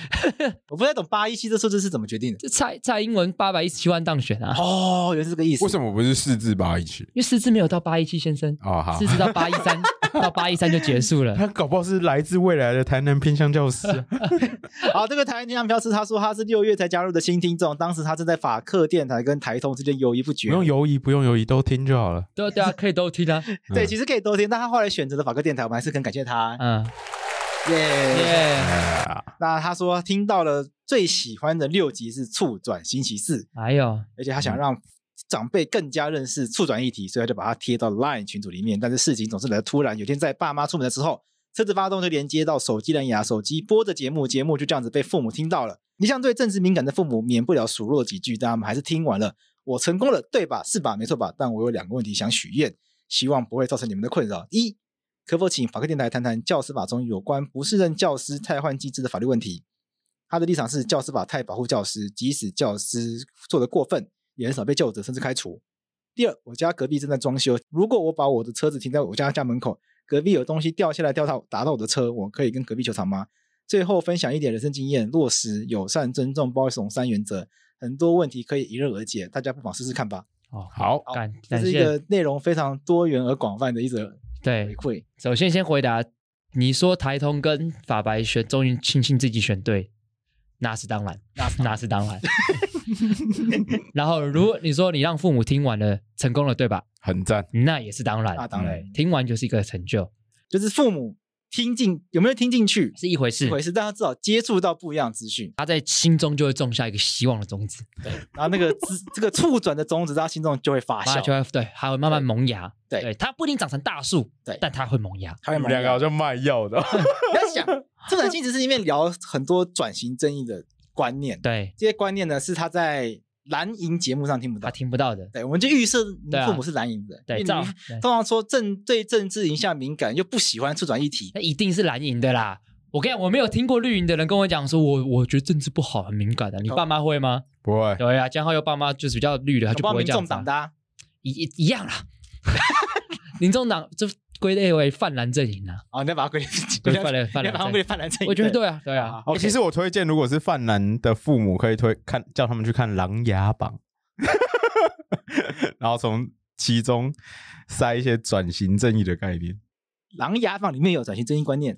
Speaker 4: (laughs)
Speaker 2: 我不太懂八一七这数字是怎么决定的。
Speaker 4: 这蔡蔡英文八百一十七万当选啊，
Speaker 2: 哦，原来是这个意思。
Speaker 3: 为什么不是四至八一起？
Speaker 4: 因为四字没有到八一七先生，
Speaker 3: 哦，好
Speaker 4: 四，字到八一三，到八一三就结束了。
Speaker 3: 他搞不好是来自未来的台南偏向教师啊。
Speaker 2: (laughs) 好，这个台湾天堂飘是他说他是六月才加入的新听众，当时他正在法客电台跟台通之间犹豫不决。
Speaker 3: 不用犹疑，不用犹疑，都听就好了。
Speaker 4: (laughs) 对啊对啊，可以都听啊。
Speaker 2: 对，
Speaker 3: 嗯
Speaker 2: 其实可以多听，但他后来选择了法客电台，我们还是很感谢
Speaker 3: (laughs)
Speaker 2: 他。
Speaker 4: 嗯，
Speaker 2: 耶！
Speaker 4: 耶，
Speaker 2: 那他说听到了最喜欢的六集是促转星期四，
Speaker 4: 还有
Speaker 2: 而且他想让长辈更加认识促转议题，所以他就把它贴到 LINE 群组里面。但是事情总是来得突然，有天在爸妈出门的时候，车子发动就连接到手机蓝牙，手机播着节目，节目就这样子被父母听到了。一向对政治敏感的父母免不了数落几句，但他们还是听完了。我成功了，对吧？是吧？没错吧？但我有两个问题想许愿，希望不会造成你们的困扰。一，可否请法克电台谈谈教师法中有关不适任教师汰换机制的法律问题？他的立场是，教师法太保护教师，即使教师做得过分，也很少被救责甚至开除。第二，我家隔壁正在装修，如果我把我的车子停在我家家门口，隔壁有东西掉下来掉到打到我的车，我可以跟隔壁球场吗？最后分享一点人生经验，落实友善、尊重、包容三原则，很多问题可以迎刃而解，大家不妨试试看吧。
Speaker 4: 哦，
Speaker 3: 好，
Speaker 4: 感
Speaker 2: 这
Speaker 4: 感
Speaker 2: 是一
Speaker 4: 谢
Speaker 2: 个内容非常多元而广泛的一则回
Speaker 4: 对。
Speaker 2: 馈。
Speaker 4: 首先先回答，你说台通跟法白选，终于庆幸自己选对，那是当然，那是那是当然。
Speaker 2: (laughs)
Speaker 4: 然后，如果你说你让父母听完了，成功了，对吧？
Speaker 3: 很赞。
Speaker 4: 那也是当然，
Speaker 2: 那当然
Speaker 4: 嗯听完就是一个成就，
Speaker 2: 就是父母听进有没有听进去
Speaker 4: 是一回事
Speaker 2: 一。回事，但他至少接触到不一样的资讯，
Speaker 4: 他在心中就会种下一个希望的种子，
Speaker 2: 然后那个资这个触转的种子在他心中就会发
Speaker 4: 它就
Speaker 2: 酵，
Speaker 4: 会对，它会慢慢萌芽。
Speaker 2: 对
Speaker 4: 它不一定长成大树，
Speaker 2: 对
Speaker 4: 但它会萌芽。
Speaker 2: 他会
Speaker 3: 们两个好像卖药的， (laughs)
Speaker 2: 不要想，这本新只是里面聊很多转型正义的观念，
Speaker 4: 对，
Speaker 2: 这些观念呢是他在蓝营节目上听不
Speaker 4: 它
Speaker 2: 到。
Speaker 4: 听不到的。
Speaker 2: 对，我们就预设你
Speaker 4: 对啊
Speaker 2: 父母是蓝营的，
Speaker 4: 对，
Speaker 2: 因为
Speaker 4: 照
Speaker 2: 你通常说政对政治影响敏感，又不喜欢触转议题，
Speaker 4: 那一定是蓝营的啦。我跟你讲，我没有听过绿营的人跟我讲说，我我觉得政治不好，很敏感啊的、你
Speaker 2: 哦
Speaker 4: 爸妈会吗？
Speaker 3: 不会，
Speaker 4: 对啊，江浩佑爸妈就是比较绿的，他就
Speaker 2: 包
Speaker 4: 不
Speaker 2: 括
Speaker 4: 会
Speaker 2: 民
Speaker 4: 这样
Speaker 2: 众
Speaker 4: 子啊、
Speaker 2: 党的啊，
Speaker 4: 一一一样啦。 (laughs) 民众党就归类为泛蓝阵营啦，
Speaker 2: 哦，你要把它归类，
Speaker 4: 对泛蓝泛
Speaker 2: 你要
Speaker 4: 蓝
Speaker 2: 把它
Speaker 4: 阵
Speaker 2: 归类
Speaker 4: 营。
Speaker 2: 泛蓝阵营，
Speaker 4: 我觉得对啊，对啊
Speaker 2: 啊，，
Speaker 3: 欸其实我推荐，如果是泛蓝的父母，可以推看叫他们去看《琅琊榜》，然后从其中塞一些转型正义的概念。
Speaker 2: 《琅琊榜》里面有转型正义观念，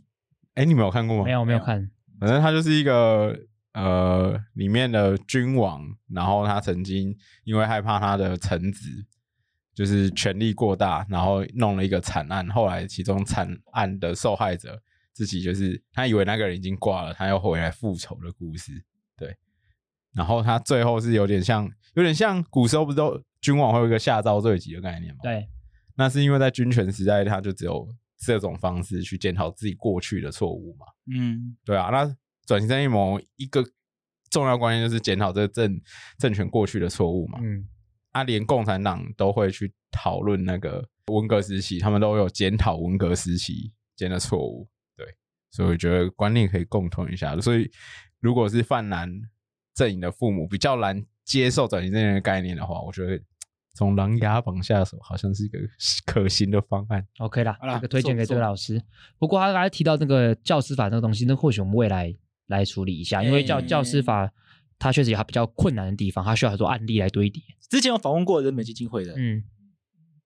Speaker 3: 哎、你们有看过吗？
Speaker 4: 没有没有看，
Speaker 3: 反正他就是一个呃里面的君王，然后他曾经因为害怕他的臣子就是权力过大，然后弄了一个惨案，后来其中惨案的受害者自己就是他以为那个人已经挂了，他要回来复仇的故事，对。然后他最后是有点像，有点像古时候不是都君王会有一个下诏罪己的概念吗？
Speaker 4: 对，
Speaker 3: 那是因为在君权时代，他就只有这种方式去检讨自己过去的错误嘛。
Speaker 2: 嗯，
Speaker 3: 对啊，那转型正义某一个重要关键就是检讨这个政政权过去的错误嘛。
Speaker 4: 嗯，
Speaker 3: 啊，连共产党都会去讨论那个文革时期，他们都有检讨文革时期间的错误。对，所以我觉得观念可以共通一下。所以，如果是泛蓝阵营的父母比较难接受转型正义的概念的话，我觉得。从琅琊榜下手，好像是一个可行的方案。
Speaker 4: OK 啦，
Speaker 2: 好啦
Speaker 4: 这个推荐给这
Speaker 2: 不错
Speaker 4: 位老师。不过他刚才提到那个教师法那个东西，那或许我们未来来处理一下，因为教
Speaker 2: 嗯
Speaker 4: 教师法它确实有它比较困难的地方，它需要很多案例来堆叠。
Speaker 2: 之前有访问过人美基金会的
Speaker 4: 嗯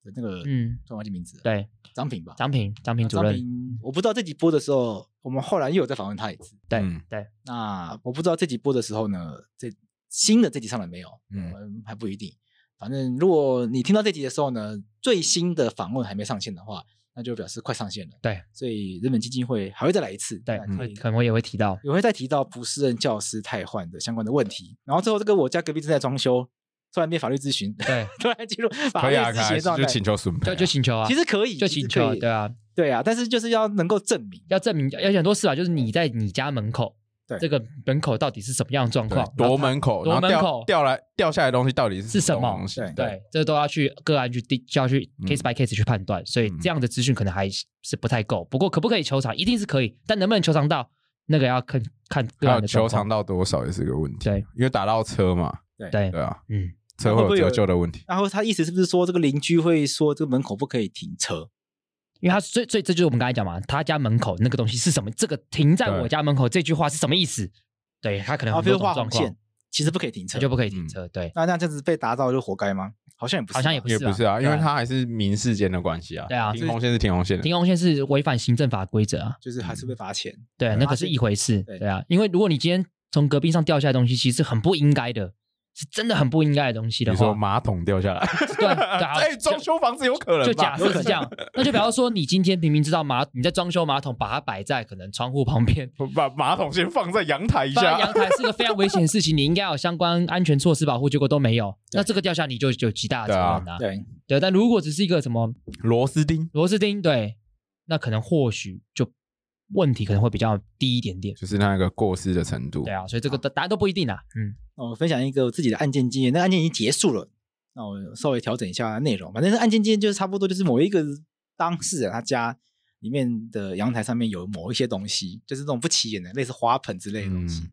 Speaker 2: 的那个，
Speaker 4: 嗯，
Speaker 2: 突然忘记名字了，
Speaker 4: 对，
Speaker 2: 张平吧，
Speaker 4: 张平张平主
Speaker 2: 哦张
Speaker 4: 任，
Speaker 2: 平，我不知道这集播的时候，我们后来又有在访问他一次。
Speaker 4: 对
Speaker 3: 嗯
Speaker 4: 对，
Speaker 2: 那我不知道这集播的时候呢，这新的这集上来没有？
Speaker 3: 嗯
Speaker 2: 嗯，还不一定。反正如果你听到这集的时候呢，最新的访问还没上线的话，那就表示快上线了。
Speaker 4: 对，
Speaker 2: 所以人本基金会还会再来一次。
Speaker 4: 对，
Speaker 2: 那可
Speaker 4: 会
Speaker 2: 以
Speaker 4: 可能我也会提
Speaker 2: (laughs)
Speaker 4: 到。
Speaker 2: 也会再提到不适任教师汰换的相关的问题。然后最后这个我家隔壁正在装修，突然变法律咨询， (laughs)
Speaker 4: 对，
Speaker 2: 突然进入法
Speaker 3: 可
Speaker 2: 律
Speaker 3: 以啊，
Speaker 2: 咨询
Speaker 3: 可
Speaker 2: 的
Speaker 3: 以啊
Speaker 2: 状
Speaker 3: 就
Speaker 2: 态。
Speaker 3: 请求损赔
Speaker 4: 就
Speaker 3: 啊。
Speaker 4: 就请求啊，
Speaker 2: 其实可以，
Speaker 4: 就
Speaker 2: 其实
Speaker 4: 请
Speaker 2: 可
Speaker 4: 求，
Speaker 2: 以
Speaker 4: 对啊，
Speaker 2: 对啊，但是就是要能够证明。
Speaker 4: 要证明要有很多事啊，就是你在你家门口，
Speaker 2: 对
Speaker 4: 这个门口到底是什么样的状况
Speaker 3: 对，，夺门口，
Speaker 4: 夺
Speaker 3: 然后
Speaker 4: 门
Speaker 3: 掉
Speaker 4: 口
Speaker 3: 掉来掉下来的东西到底是
Speaker 4: 是什么
Speaker 3: 东西
Speaker 2: 对
Speaker 4: 对，这都要去个案去定，就要去
Speaker 3: 嗯
Speaker 4: case by case 去判断，所以
Speaker 3: 嗯
Speaker 4: 这样的资讯可能还是是不太够。不过可不可以求偿，一定是可以，但能不能求偿到那个要看看
Speaker 3: 还
Speaker 4: 个
Speaker 3: 有
Speaker 4: 啊案的
Speaker 3: 球
Speaker 4: 状况
Speaker 3: 场。到多少也是个问题，
Speaker 4: 对，
Speaker 3: 因为打到车嘛，
Speaker 2: 对
Speaker 4: 对，
Speaker 3: 对啊，
Speaker 4: 嗯，
Speaker 3: 车会
Speaker 2: 会不
Speaker 3: 有
Speaker 2: 会有
Speaker 3: 折旧的问
Speaker 4: 哦
Speaker 3: 题。
Speaker 2: 然后他意思是不是说这个邻居会说这个门口不可以停车？
Speaker 4: 因为他所以所以这就是我们刚才讲嘛，他家门口那个东西是什么？这个停在
Speaker 3: 对
Speaker 4: 我家门口这句话是什么意思？对他可能
Speaker 2: 然后
Speaker 4: 很
Speaker 2: 比
Speaker 4: 多
Speaker 2: 如
Speaker 4: 种
Speaker 2: 画
Speaker 4: 状
Speaker 2: 红
Speaker 4: 况
Speaker 2: 线，，其实不可以停车
Speaker 4: 他，就不可以停车。
Speaker 3: 嗯
Speaker 4: 对，
Speaker 2: 那那这样子被打到就活该吗？好像也不是吧，
Speaker 4: 好像也不
Speaker 3: 也不是啊，因为
Speaker 4: 对
Speaker 3: 它还是民事间的关系啊。
Speaker 4: 对啊
Speaker 3: 停红线是停红线的。
Speaker 4: 停红线是违反行政法规则啊。
Speaker 2: 就是还是会罚钱。
Speaker 4: 对，那可是一回事。
Speaker 2: 对
Speaker 4: 对啊，因为如果你今天从隔壁上掉下来的东西，其实是很不应该的，是真的很不应该的东西的
Speaker 3: 你说
Speaker 4: 话，
Speaker 3: 马桶掉下来，
Speaker 4: 对对啊，
Speaker 3: (laughs) 哎，装修房子有可能吧
Speaker 4: 就假设是
Speaker 3: (laughs)
Speaker 4: 这样，那就比方说你今天明明知道马你在装修马桶，把它摆在可能窗户
Speaker 3: (laughs)
Speaker 4: 旁边，
Speaker 3: 把马桶先放在阳台
Speaker 4: 放在
Speaker 3: 下
Speaker 4: 阳。台是个非常危险的事情，你应该有相关安全措施保护，结果都
Speaker 2: (laughs)
Speaker 4: 没有，那这个掉下你就就有极大的责任啊。
Speaker 2: 对，
Speaker 4: 对，但如果只是一个什么
Speaker 3: 螺丝钉
Speaker 4: 螺丝钉，对，那可能或许就问题可能会比较低一点点。
Speaker 3: 就是那个过失的程度
Speaker 4: 对。啊，所以这个答答案都不一定啊。嗯，
Speaker 2: 我哦分享一个我自己的案件经验，那个案件已经结束了，那我稍微调整一下内容。反正那案件经验就是差不多，就是某一个当事人他家里面的阳台上面有某一些东西，就是那种不起眼的，类似花盆之类的东西，
Speaker 3: 嗯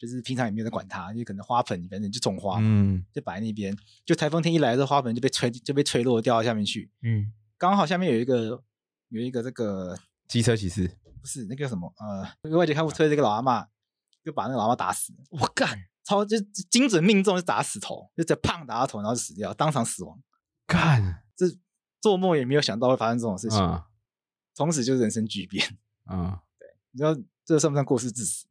Speaker 2: 就是平常也没有在管它，因为可能花盆反正就种花，
Speaker 3: 嗯，
Speaker 2: 就摆在那边，就台风天一来的时候，花盆就被吹就被吹落掉到下面去。
Speaker 4: 嗯，
Speaker 2: 刚好下面有一个有一个这个
Speaker 3: 机车骑士
Speaker 2: 不是那个什么呃，有个外籍看护推这个老阿嬷，就把那个老阿嬷打死了。
Speaker 4: 我干，
Speaker 2: 超就精准命中，就打死头，就直接砰打到头，然后就死掉，当场死亡。
Speaker 3: 干
Speaker 2: 做梦也没有想到会发生这种事情，
Speaker 4: 嗯
Speaker 3: 啊
Speaker 2: 从此就人生巨变。 (laughs)
Speaker 3: 啊
Speaker 2: 你知道这算不算过失致死？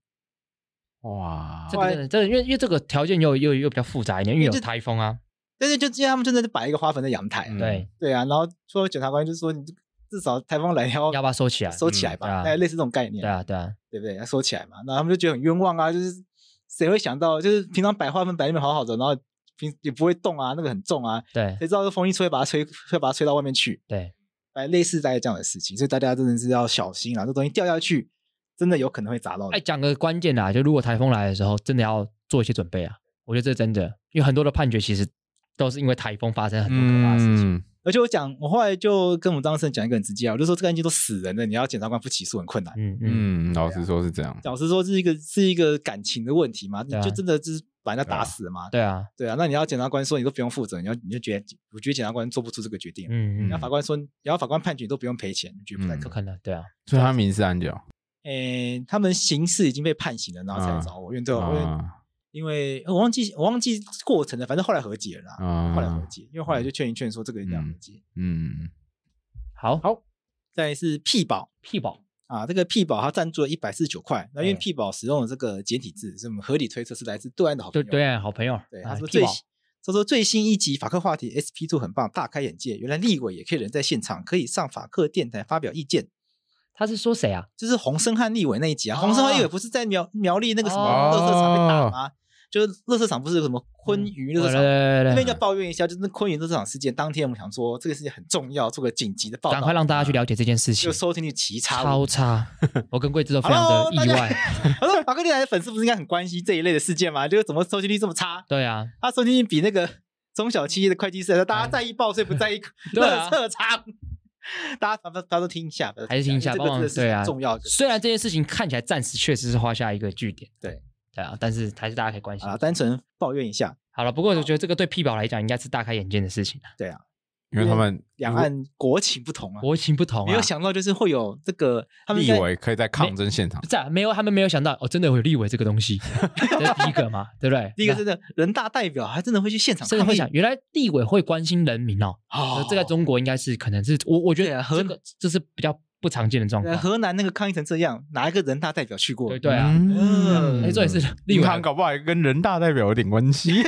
Speaker 3: 哇！
Speaker 4: 这个真的真的，因为因为这个条件又又又比较复杂一啊点，因为有
Speaker 2: 因为这
Speaker 4: 台风啊，
Speaker 2: 但是就因为他们真的就摆一个花盆在阳台，
Speaker 3: 嗯
Speaker 4: 对，
Speaker 2: 对啊，然后说检察官就说你至少台风来你要
Speaker 4: 要把它收起来。
Speaker 2: 收起来
Speaker 4: 嗯对
Speaker 2: 吧，
Speaker 4: 啊
Speaker 2: 哎、类似这种概念，
Speaker 4: 对啊，对啊，
Speaker 2: 对不对？要收起来嘛，然后他们就觉得很冤枉啊，就是谁会想到，就是平常摆花盆摆那边好好的，然后平也不会动啊，那个很重啊，
Speaker 4: 对
Speaker 2: 谁知道这风一吹把它吹，会把它吹到外面去，
Speaker 4: 对，
Speaker 2: 哎，类似大概这样的事情，所以大家真的是要小心啊啦，这东西掉下去真的有可能会砸到
Speaker 4: 哎，
Speaker 2: 你。
Speaker 4: 讲个关键的啊，就如果台风来的时候，真的要做一些准备啊。我觉得这是真的，因为很多的判决其实都是因为台风发生很多可怕的事情。
Speaker 3: 嗯，
Speaker 2: 而且我讲，我后来就跟我们当事人讲一个很直接啊，我就说这个案件都死人了，你要检察官不起诉很困难。
Speaker 4: 嗯嗯，
Speaker 3: 嗯，老实说是这样。
Speaker 2: 老实说，这是一个是一个感情的问题嘛，你
Speaker 4: 对啊
Speaker 2: 就真的就是把人家打死了嘛？
Speaker 4: 对啊，
Speaker 2: 对啊，那你要检察官说你都不用负责，你要你就觉得，我觉得检察官做不出这个决定。啊
Speaker 4: 嗯
Speaker 2: 然
Speaker 4: 嗯
Speaker 2: 后，法官说，然后法官判决你都不用赔钱，你觉得不太可
Speaker 4: 不
Speaker 2: 能。
Speaker 4: 可能，对啊，
Speaker 3: 所以他民事案件哦
Speaker 2: 诶，他们刑事已经被判刑了，然后
Speaker 4: 啊
Speaker 2: 才来找我，因为对我因为
Speaker 3: 啊
Speaker 2: 因为呃我忘记我忘记过程了，反正后来和解了啦。
Speaker 4: 嗯
Speaker 2: 后来和
Speaker 3: 啊，
Speaker 2: 解，因为后来就劝一劝说这个一定要和解。
Speaker 3: 嗯，
Speaker 4: 好，好，
Speaker 2: 再来是 P 宝
Speaker 4: 屁宝，
Speaker 2: 啊，这个 P 宝它赞助了一百四十九块，那因为
Speaker 4: 哎
Speaker 2: P 宝使用了这个简体字，所以我们合理推测是来自对岸的好朋
Speaker 4: 对
Speaker 2: 友。
Speaker 4: 对啊，好朋友，
Speaker 2: 对，
Speaker 4: 哎
Speaker 2: 他说
Speaker 4: 屁
Speaker 2: 最
Speaker 4: 宝
Speaker 2: 新他说最新一集法科话题 SP Two 很棒，大开眼界，原来立委也可以人在现场，可以上法克电台发表意见。
Speaker 4: 他是说谁啊？
Speaker 2: 就是洪森汉立委那一集啊，
Speaker 4: 哦
Speaker 2: 洪森汉立委不是在苗苗栗那个什么
Speaker 4: 哦
Speaker 2: 乐色场被打吗？就是乐色场不是有什么昆鱼乐
Speaker 4: 对
Speaker 2: 色场，
Speaker 4: 对对
Speaker 2: 那
Speaker 4: 对
Speaker 2: 边就
Speaker 4: 对
Speaker 2: 抱怨一下，就是那昆鱼乐色场事件当天，我们想说这个事情很重要，做个紧急的报道，
Speaker 4: 赶快让大家去了解这件事情
Speaker 2: 就，收听率奇差无比。
Speaker 4: 超差，
Speaker 2: (laughs)
Speaker 4: 我跟桂枝都非常的
Speaker 2: Hello，大
Speaker 4: 意
Speaker 2: 家
Speaker 4: 外，
Speaker 2: 我说法克电台的粉丝不是应该很关心这一类的事件吗？就是怎么收听率这么差？(laughs)
Speaker 4: 对啊，
Speaker 2: 他收听率比那个中小企业的会计师还差，大家在意报税不在意
Speaker 4: (laughs) 对
Speaker 2: 乐
Speaker 4: 啊
Speaker 2: 色差。大家大家都听一下，
Speaker 4: 还是听一下，
Speaker 2: 这
Speaker 4: 帮
Speaker 2: 个真
Speaker 4: 忙
Speaker 2: 的
Speaker 4: 对
Speaker 2: 是
Speaker 4: 啊
Speaker 2: 很重要的
Speaker 4: 虽然这件事情看起来暂时确实是画下一个据点，
Speaker 2: 对
Speaker 4: 对啊，但是还是大家可以关心
Speaker 2: 啊，。单纯抱怨一下，
Speaker 4: 好了，不过我觉得这个对屁宝来讲应该是大开眼界的事情啊，
Speaker 3: 因为他们
Speaker 2: 两岸国情不同啊，
Speaker 4: 国情不同
Speaker 2: 没
Speaker 4: 啊
Speaker 2: 有。想到就是会有这个他们
Speaker 3: 立
Speaker 2: 应该
Speaker 3: 委可以在抗争现场
Speaker 4: 不，是啊，没有，他们没有想到哦，真的有立委这个东西， (laughs) 这是第一个嘛，对不
Speaker 2: (laughs)
Speaker 4: 对？
Speaker 2: 第一个
Speaker 4: 那
Speaker 2: 真的人大代表，还真的会去现场
Speaker 4: 甚
Speaker 2: 抗
Speaker 4: 至
Speaker 2: 议，
Speaker 4: 会想，原来立委会关心人民哦，
Speaker 2: 哦，
Speaker 4: 这在中国应该是可能是我我觉
Speaker 2: 对
Speaker 4: 得
Speaker 2: 啊和
Speaker 4: 这个这是比较不常见的状
Speaker 2: 呃
Speaker 4: 况。
Speaker 2: 河南那个抗议成这样，哪一个人大代表去过？
Speaker 4: 对对啊，
Speaker 2: 嗯
Speaker 4: 哎，重点是立
Speaker 3: 银
Speaker 4: 委还，
Speaker 3: 行搞不好还跟人大代表有点关系。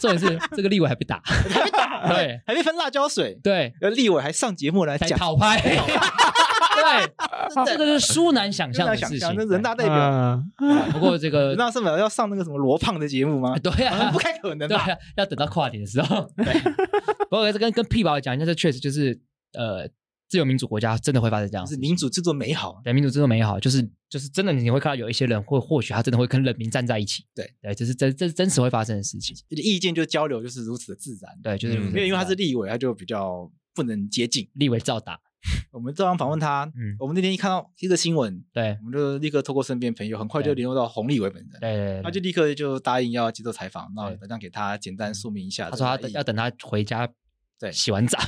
Speaker 4: 重点是这个立委还被
Speaker 2: (laughs)
Speaker 4: 打，还被打，对
Speaker 2: 还被分辣椒水，
Speaker 4: 对，
Speaker 2: 呃，立委还上节目来
Speaker 4: 才
Speaker 2: 讲，(laughs)
Speaker 4: 讨拍，对，
Speaker 2: 真的
Speaker 4: 这个是殊难想
Speaker 2: 真
Speaker 4: 象
Speaker 2: 的
Speaker 4: 的
Speaker 2: 想
Speaker 4: 事
Speaker 2: 象，
Speaker 4: 情。啊
Speaker 2: 那人 (laughs) 大代表，
Speaker 3: 嗯
Speaker 4: 对不过这个？
Speaker 2: 人大代表要上 (laughs) 那个什么罗胖的节目吗
Speaker 4: 对啊
Speaker 2: 不，太可能
Speaker 4: 对
Speaker 2: 吧？
Speaker 4: 啊，要等到跨年的时
Speaker 2: (laughs)
Speaker 4: 候。不过这跟跟屁宝讲一下，这确实就是呃，自由民主国家真的会发生这样
Speaker 2: 就
Speaker 4: 的事
Speaker 2: 是
Speaker 4: 情。
Speaker 2: 民主制作美好，
Speaker 4: 对民主制度美好，就是就是真的你会看到有一些人会或许他真的会跟人民站在一起。
Speaker 2: 对
Speaker 4: 对，这是真这是真实会发生的事情。
Speaker 2: 意见就交流就是如此的自然。
Speaker 4: 对，就
Speaker 3: 嗯
Speaker 4: 是如此
Speaker 2: 因为因为他
Speaker 4: 自
Speaker 2: 是
Speaker 4: 然
Speaker 2: 立委，他就比较不能接近。
Speaker 4: 立委照打，
Speaker 2: 我们这样访问他，
Speaker 4: 嗯，
Speaker 2: 我们那天一看到一个新闻，
Speaker 4: 对
Speaker 2: 我们就立刻透过身边朋友，很快就
Speaker 4: 对
Speaker 2: 联络到洪立伟本人，
Speaker 4: 对对对
Speaker 2: 他
Speaker 4: 对
Speaker 2: 就立刻就答应要接受采访，那
Speaker 4: 对
Speaker 2: 让给他简单说明一下。
Speaker 4: 他说他等要等他回家，
Speaker 2: 对
Speaker 4: 洗
Speaker 2: (laughs)
Speaker 4: 完澡，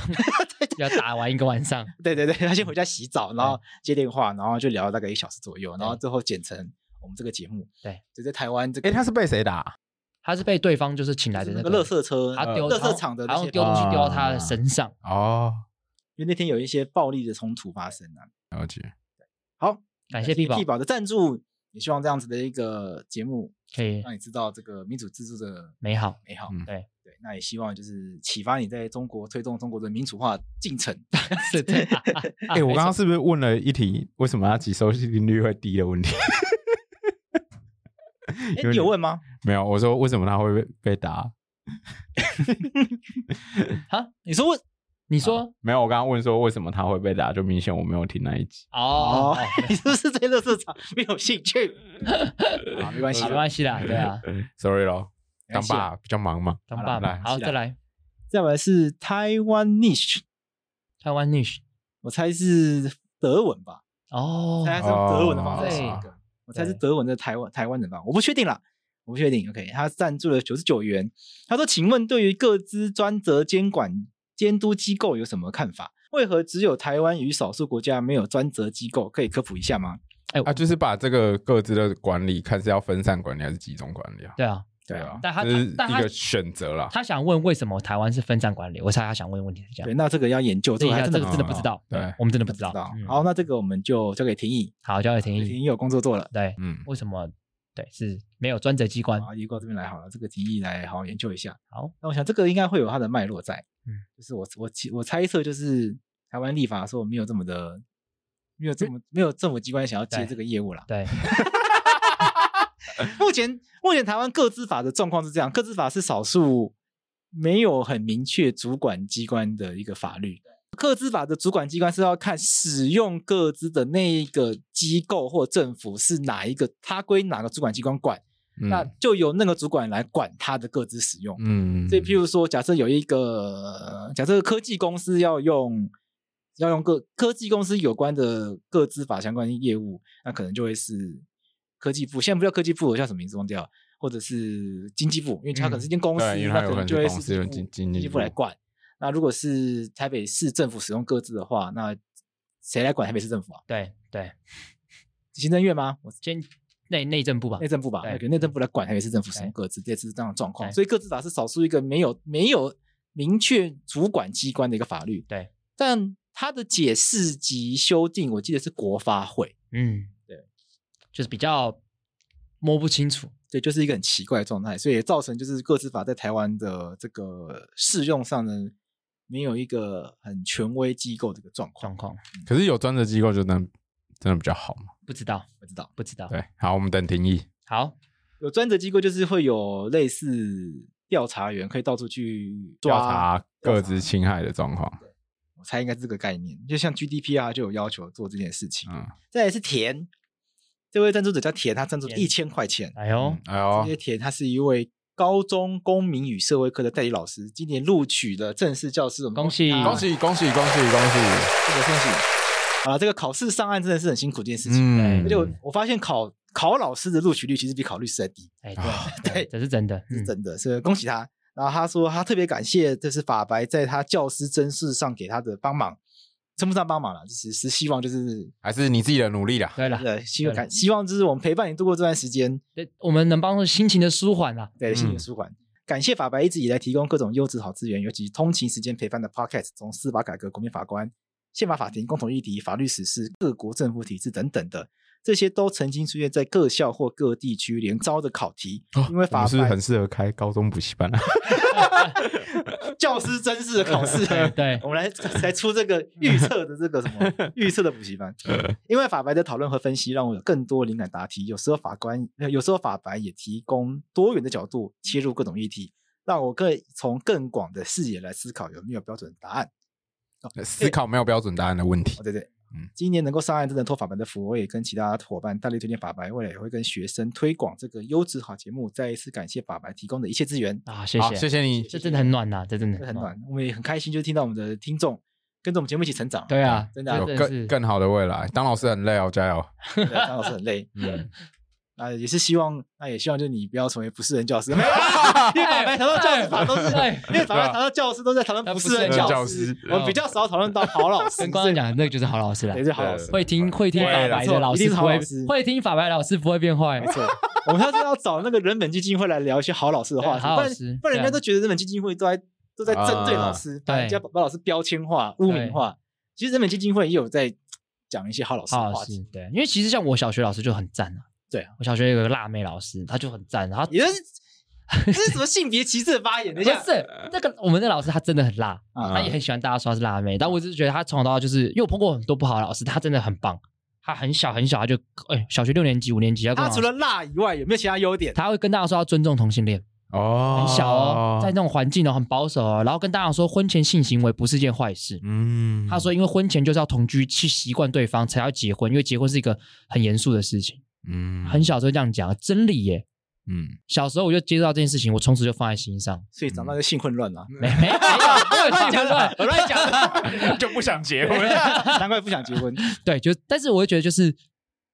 Speaker 4: 要打完一个晚上，
Speaker 2: 对对对， (laughs) 他先回
Speaker 4: 嗯
Speaker 2: 家洗澡，然后接电话，然后就聊了大概一小时左右，然后最后剪成我们这个节目。
Speaker 4: 对，
Speaker 2: 就在台湾这个
Speaker 3: 哎，他是被谁打？
Speaker 4: 他是被对方就是请来
Speaker 2: 就
Speaker 4: 的
Speaker 2: 是那个
Speaker 4: 个
Speaker 2: 垃，圾车，
Speaker 4: 他
Speaker 2: 呃
Speaker 4: 丢
Speaker 2: 垃圾场的
Speaker 4: 然
Speaker 2: 那
Speaker 4: 后
Speaker 2: 些啊
Speaker 4: 丢东西
Speaker 2: 暴
Speaker 4: 丢到他的身上，
Speaker 3: 哦，
Speaker 2: 因为那天有一些暴力的冲突发生啊。
Speaker 3: 了解。
Speaker 2: 好，
Speaker 4: 感谢 B 宝
Speaker 2: 屁，宝的赞助，也希望这样子的一个节目，
Speaker 4: 可以
Speaker 2: 让你知道这个民主自治的
Speaker 4: 美好，
Speaker 2: 美好。
Speaker 3: 嗯
Speaker 4: 对，
Speaker 2: 对，那也希望就是启发你在中国推动中国的民主化进程。
Speaker 4: (laughs) 是的，
Speaker 2: 啊
Speaker 3: 哎，我刚刚是不是问了一题为什么那集收听率会低的问题？ (laughs)
Speaker 2: 哎，
Speaker 3: 有
Speaker 2: 你有
Speaker 3: 点
Speaker 2: 问吗？ (laughs)
Speaker 3: 没有，我说为什么他会被被打？
Speaker 2: 你说问
Speaker 4: 你说
Speaker 3: 没有，我刚刚问说为什么他会被打，就明显我没有听那一集。
Speaker 4: 哦
Speaker 2: 哦，，你是不是对垃圾场没有兴趣？啊，没关系
Speaker 4: 好，没
Speaker 2: 啦，
Speaker 4: 关系
Speaker 2: (laughs)
Speaker 4: 啦，对啊，
Speaker 3: Sorry 咯，
Speaker 2: 没关
Speaker 3: 当
Speaker 2: 系啦
Speaker 3: 爸比较忙嘛。
Speaker 4: 当爸爸，好，
Speaker 2: 好啦来
Speaker 4: 再来
Speaker 2: 再来是台湾 niche，
Speaker 4: 台湾 niche，
Speaker 2: 我猜是德文吧，
Speaker 4: 哦，
Speaker 2: 猜他是用德文的方
Speaker 4: 哦
Speaker 2: 式写
Speaker 4: 对
Speaker 2: 歌，我猜是德文的台湾台湾人吧，我不确定啦，我不确定。OK，他赞助了九十九元，他说：“请问对于各资专责监管监督机构有什么看法？为何只有台湾与少数国家没有专责机构？可以科普一下吗
Speaker 3: 啊，就是把这个各自的管理，看是要分散管理还是集中管理啊？
Speaker 4: 对啊，？”
Speaker 2: 对
Speaker 3: 啊，
Speaker 4: 但他
Speaker 3: 这是
Speaker 4: 但他
Speaker 3: 一个选择啦。
Speaker 4: 他想问为什么台湾是分站管理，我猜他想问问题是这
Speaker 2: 对，
Speaker 4: 样，
Speaker 2: 那这个要研究，
Speaker 4: 这
Speaker 2: 个还
Speaker 4: 下
Speaker 2: 真
Speaker 4: 啊这
Speaker 2: 的
Speaker 4: 个真的不知道，
Speaker 3: 哦对
Speaker 4: 我们真的
Speaker 2: 不
Speaker 4: 不知道，嗯
Speaker 2: 好，那这个我们就交给廷义，
Speaker 4: 好，交给田
Speaker 2: 廷
Speaker 4: 一，
Speaker 2: 义有工作做了。
Speaker 4: 对，
Speaker 3: 嗯，
Speaker 4: 为什么对是没有专责机关？
Speaker 2: 好，移过这边来好了，这个廷义来好好研究一下。
Speaker 4: 好，
Speaker 2: 那我想这个应该会有它的脉络在，
Speaker 4: 嗯，
Speaker 2: 就是我我其我猜测就是台湾立法说没有这么的，没有这么没有政府机关想要接
Speaker 4: 对
Speaker 2: 这个业务啦。
Speaker 4: 对，
Speaker 2: 目前目前台湾各自法的状况是这样，各自法是少数没有很明确主管机关的一个法律。各自法的主管机关是要看使用各自的那一个机构或政府是哪一个，它归哪个主管机关管，那
Speaker 3: 嗯
Speaker 2: 就由那个主管来管它的各自使用。
Speaker 3: 嗯，
Speaker 2: 所以，譬如说，假设有一个，呃假设科技公司要用要用各科技公司有关的各资法相关的业务，那可能就会是科技部，现在不叫科技部，叫什么名字忘掉了，或者是经济部，因为它可能是一间公司，
Speaker 3: 嗯对因为它
Speaker 2: 那
Speaker 3: 有
Speaker 2: 可能
Speaker 3: 可能是
Speaker 2: 就会
Speaker 3: 公
Speaker 2: 是
Speaker 3: 司有经经
Speaker 2: 经
Speaker 3: 济
Speaker 2: 济部来
Speaker 3: 部
Speaker 2: 管。那如果是台北市政府使用各自的话，那谁来管台北市政府啊？
Speaker 4: 对对，
Speaker 2: 行政院吗？我
Speaker 4: 先内内政部吧
Speaker 2: 内，政部吧，
Speaker 4: 对
Speaker 2: 那个内政部来管台北市政府什么
Speaker 4: 对
Speaker 2: 各自，这次这样的状况，
Speaker 4: 对
Speaker 2: 所以各自法是少数一个没有没有明确主管机关的一个法律。
Speaker 4: 对，
Speaker 2: 但它的解释及修订，我记得是国发会，
Speaker 4: 嗯，
Speaker 2: 对，
Speaker 4: 就是比较摸不清楚，
Speaker 2: 对，就是一个很奇怪的状态，所以也造成就是各自法在台湾的这个适用上呢，没有一个很权威机构的一个状况，
Speaker 4: 状况
Speaker 3: 可是有专责机构就能真的比较好嘛？
Speaker 4: 不知道
Speaker 2: 不知道。
Speaker 4: 不知道。
Speaker 3: 对，好，我们等庭议。
Speaker 4: 好，
Speaker 2: 有专责机构就是会有类似调查员可以到处去抓
Speaker 3: 调查各自侵害的状况。
Speaker 2: 我猜应该是这个概念，就像 GDPR 就有要求做这件事情。
Speaker 3: 嗯，
Speaker 2: 再来是田，这位赞助者叫田，他赞助
Speaker 4: 田
Speaker 2: 一千块钱。
Speaker 4: 哎呦，
Speaker 3: 哎
Speaker 2: 这
Speaker 3: 呦
Speaker 2: 些，田他是一位高中公民与社会科的代理老师，今年录取了正式教师，我们
Speaker 4: 恭喜
Speaker 2: 他
Speaker 3: 恭喜恭喜恭喜恭喜！
Speaker 2: 这个恭喜！好了，这个考试上岸真的是很辛苦这件事情，
Speaker 3: 嗯
Speaker 2: 而且我我发现考考老师的录取率其实比考律师还低，(laughs)
Speaker 4: 哎
Speaker 3: 啊
Speaker 4: 对对，这是真的，
Speaker 2: 是
Speaker 4: 嗯
Speaker 2: 真的，所以恭喜他。然后他说他特别感谢，就是法白在他教师甄试上给他的帮忙，称不上帮忙了，就是是希望就是
Speaker 3: 还是你自己的努力啦。
Speaker 4: 对了，
Speaker 2: 呃希望
Speaker 4: 对了
Speaker 2: 看希望就是我们陪伴你度过这段时间，
Speaker 4: 对，我们能帮助心情的舒缓啊啦。，
Speaker 2: 对，心
Speaker 3: 嗯
Speaker 2: 灵舒缓。感谢法白一直以来提供各种优质好资源，尤其通勤时间陪伴的 Podcast，从司法改革、国民法官、宪法法庭、共同议题、法律实施、各国政府体制等等的，这些都曾经出现在各校或各地区连招的考题。因为
Speaker 3: 哦我
Speaker 2: 法
Speaker 3: 们是不是
Speaker 2: 白
Speaker 3: 很适合开高中补习班啊？ (laughs)
Speaker 2: 教师真试的考
Speaker 3: (laughs)
Speaker 2: 试
Speaker 4: 对
Speaker 2: (laughs)
Speaker 4: (laughs)
Speaker 2: 我们来来出这个预测的这个什么预测的补习
Speaker 4: (laughs)
Speaker 2: 班。
Speaker 4: 嗯
Speaker 2: 因为法白的讨论和分析，让我有更多灵感答题。有时候法官，呃有时候法白也提供多元的角度切入各种议题，让我更从更广的视野来思考有没有标准答案。
Speaker 3: 思考没有标准答案的问题
Speaker 2: 哦，。对对，
Speaker 3: 嗯
Speaker 2: 今年能够上岸，真的托法白的福，我也跟其他伙伴大力推荐法白，未来也会跟学生推广这个优质好节目。再一次感谢法白提供的一切资源，
Speaker 4: 啊，谢
Speaker 3: 好，
Speaker 4: 谢
Speaker 3: 谢，谢你。
Speaker 4: 这真的很暖呐，这真的
Speaker 2: 这很暖，我们也很开心，就听到我们的听众。跟着我们节目一起成长。
Speaker 4: 对啊，
Speaker 2: 真的啊
Speaker 4: (laughs)
Speaker 3: 有
Speaker 4: 真的是
Speaker 3: 更更好的未来。当老师很累哦，加油！
Speaker 2: 对啊，张老师很累，
Speaker 4: (laughs)
Speaker 3: 嗯，
Speaker 2: 啊，也是希望，那也希望就是你不要成为不是人教师，没 (laughs) 有啊因为法白谈到教师法都是，
Speaker 4: 哎，
Speaker 2: 因为法白谈到教师都在讨论不是人教师
Speaker 3: 不是人教，师
Speaker 2: 我们比较少讨论到好老师
Speaker 4: (laughs) (laughs) 跟，光讲，那个就是好老师了
Speaker 2: 也。是好老师，
Speaker 4: 会听会听
Speaker 3: 对
Speaker 4: 法
Speaker 3: 啦
Speaker 4: 白
Speaker 2: 错
Speaker 4: 的老
Speaker 2: 一定
Speaker 4: 师
Speaker 2: 是
Speaker 4: 不
Speaker 2: 好
Speaker 4: 会
Speaker 2: 老师
Speaker 4: 会听法白的老师不会变坏
Speaker 2: 没。错。我们下次要找那个人本基金会来聊一些好老师的话
Speaker 4: 对
Speaker 2: 题，
Speaker 4: 好
Speaker 2: 不
Speaker 4: 老
Speaker 2: 然
Speaker 4: 师
Speaker 2: 不然人
Speaker 4: 对
Speaker 2: 家
Speaker 4: 啊
Speaker 2: 都觉得人本基金会都在都在针对老师，把人家把老师标签化、污名化。其实人本基金会也有在讲一些好老师
Speaker 4: 好
Speaker 2: 的
Speaker 4: 老
Speaker 2: 话
Speaker 4: 师
Speaker 2: 题，，
Speaker 4: 对，因为其实像我小学老师就很赞啊。
Speaker 2: 对啊，
Speaker 4: 我小学有个辣妹老师，她就很赞，然后
Speaker 2: 也是这是什么性别歧视的发言？等
Speaker 4: 不
Speaker 2: 一下
Speaker 4: 是那个我们的老师，她真的很辣，
Speaker 2: 啊
Speaker 4: 她也很喜欢大家说她是辣妹，但我只是觉得她从小到大就是，因为我碰过很多不好的老师，她真的很棒。她很小很小，她就哎小学六年级五年级，她跟
Speaker 2: 他
Speaker 4: 我
Speaker 2: 除了辣以外，有没有其他优点？
Speaker 4: 她会跟大家说要尊重同性恋，
Speaker 3: 哦，
Speaker 4: 很小哦，在那种环境哦很保守哦，然后跟大家说婚前性行为不是件坏事，
Speaker 3: 嗯，
Speaker 4: 他说，因为婚前就是要同居，去习惯对方才要结婚，因为结婚是一个很严肃的事情。
Speaker 3: 嗯，
Speaker 4: 很小时候这样讲，真理耶。
Speaker 3: 嗯，
Speaker 4: 小时候我就接触到这件事情，我从此就放在心上。
Speaker 2: 所以长大就性混乱了。
Speaker 4: 没没没有，没有
Speaker 2: 乱
Speaker 4: 讲
Speaker 2: 讲的
Speaker 4: 乱，
Speaker 2: 我 (laughs) 乱讲的，
Speaker 3: 就不想结婚
Speaker 2: (laughs) 难怪不想结婚。
Speaker 4: 对，就但是我会觉得，就是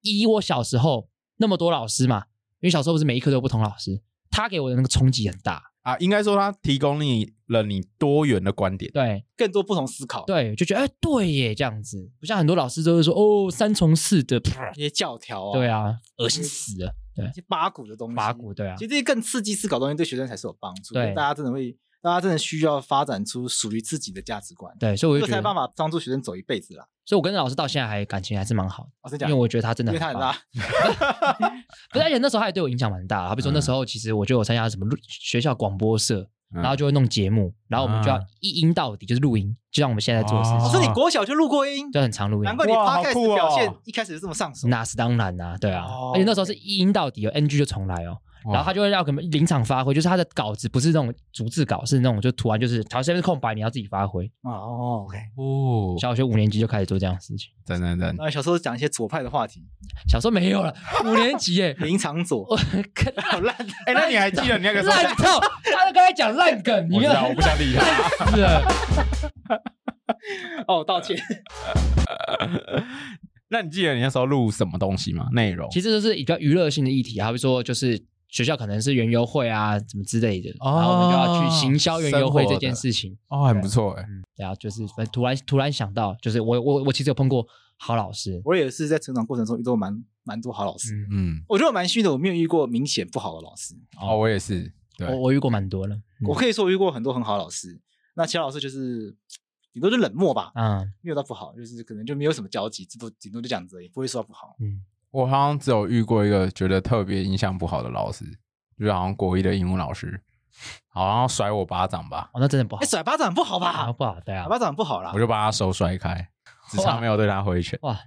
Speaker 4: 以我小时候那么多老师嘛，因为小时候不是每一科都有不同老师，他给我的那个冲击很大。
Speaker 3: 啊。应该说他提供你了你多元的观点，
Speaker 4: 对
Speaker 2: 更多不同思考，
Speaker 4: 对，就觉得哎，对耶，这样子，不像很多老师都会说哦，三从四德，啪
Speaker 2: 一些教条啊，
Speaker 4: 对，啊，恶心死了，对
Speaker 2: 一，些八股的东西，
Speaker 4: 八股，对啊
Speaker 2: 其，实这些更刺激思考的东西对学生才是有帮助的。
Speaker 4: 对
Speaker 2: 大家真的会，大家真的需要发展出属于自己的价值观，
Speaker 4: 对，所以我
Speaker 2: 这
Speaker 4: 就
Speaker 2: 个才
Speaker 4: 觉得
Speaker 2: 办法帮助学生走一辈子啦。
Speaker 4: 所以我跟老师到现在还感情还是蛮好的，
Speaker 2: 哦，真
Speaker 4: 因
Speaker 2: 讲
Speaker 4: 为，我觉得他真的啊
Speaker 2: 因为
Speaker 4: 很
Speaker 2: 他
Speaker 4: 棒，
Speaker 2: 很辣，
Speaker 4: 不是，而且那时候他也对我影响蛮大的。好比
Speaker 2: 嗯
Speaker 4: 说那时候其实我就有参加什么录学校广播社，
Speaker 3: 嗯
Speaker 4: 然后就会弄节目，然后我们就要
Speaker 3: 啊
Speaker 4: 一音到底，就是录音，就像我们现在在做的事
Speaker 3: 哦
Speaker 2: 嗯哦，
Speaker 4: 情，
Speaker 2: 所以你国小就录过音，
Speaker 4: 就很常录音
Speaker 2: 难。怪你
Speaker 3: 哇好
Speaker 2: podcast
Speaker 3: 酷哦
Speaker 2: 表现一开始就这么上手。
Speaker 4: 那是当然啦、对啊，
Speaker 2: 哦
Speaker 4: 而且那时候是一音到底，有 NG 就重来哦。
Speaker 3: 哇
Speaker 4: 然后他就会让我们临场发挥，就是他的稿子不是那种逐字稿，是那种就突然就是，好像是空白，你要自己发挥。
Speaker 2: 哦，OK。
Speaker 3: 哦，
Speaker 4: 小学五年级就开始做这样的事情，
Speaker 3: 等等等，
Speaker 2: 那小时候讲一些左派的话题，，
Speaker 4: 小时候没有了，五年级耶
Speaker 2: 林长佐，
Speaker 4: 我 (laughs) 看
Speaker 2: 好烂，
Speaker 3: 哎，那你还记得你那个时候？
Speaker 4: 烂
Speaker 3: (laughs)
Speaker 4: 透，他都刚才讲烂梗，你
Speaker 3: 我知
Speaker 4: 看 (laughs)
Speaker 3: 道，我不想理他。
Speaker 4: 是了。
Speaker 2: 哦，道歉。
Speaker 3: 那你记得你那时候录什么东西吗？内容？
Speaker 4: 其实就是比较娱乐性的议题，好比说就是学校可能是园游会啊，什么之类的，
Speaker 3: 哦
Speaker 4: 然后我们就要去行销园游会这件事情。
Speaker 3: 哦，很不错哎。
Speaker 4: 嗯，然后就是反正突然突然想到，就是我我我其实有碰过好老师，
Speaker 2: 我也是在成长过程中遇到蛮蛮多好老师，
Speaker 4: 嗯，
Speaker 3: 嗯，
Speaker 2: 我觉得我蛮虚的，我没有遇过明显不好的老师。
Speaker 3: 哦，我也是。对
Speaker 4: 我，我遇过蛮多嗯了。
Speaker 2: 我可以说我遇过很多很好的老师，那其他老师就是顶多就冷漠吧，
Speaker 4: 嗯
Speaker 2: 没有到不好，就是可能就没有什么交集，顶多顶多就这样子而已，也不会说不好。
Speaker 4: 嗯，
Speaker 3: 我好像只有遇过一个觉得特别印象不好的老师，就是好像国一的英文老师，好像甩我巴掌吧，
Speaker 4: 哦，那真的不好
Speaker 2: 哎，，甩巴掌不好
Speaker 4: 啊
Speaker 2: 吧？
Speaker 4: 不好，对啊
Speaker 2: 甩，巴掌不好啦
Speaker 3: 我，就把他手甩开，只差没有对他挥拳。
Speaker 4: 哇，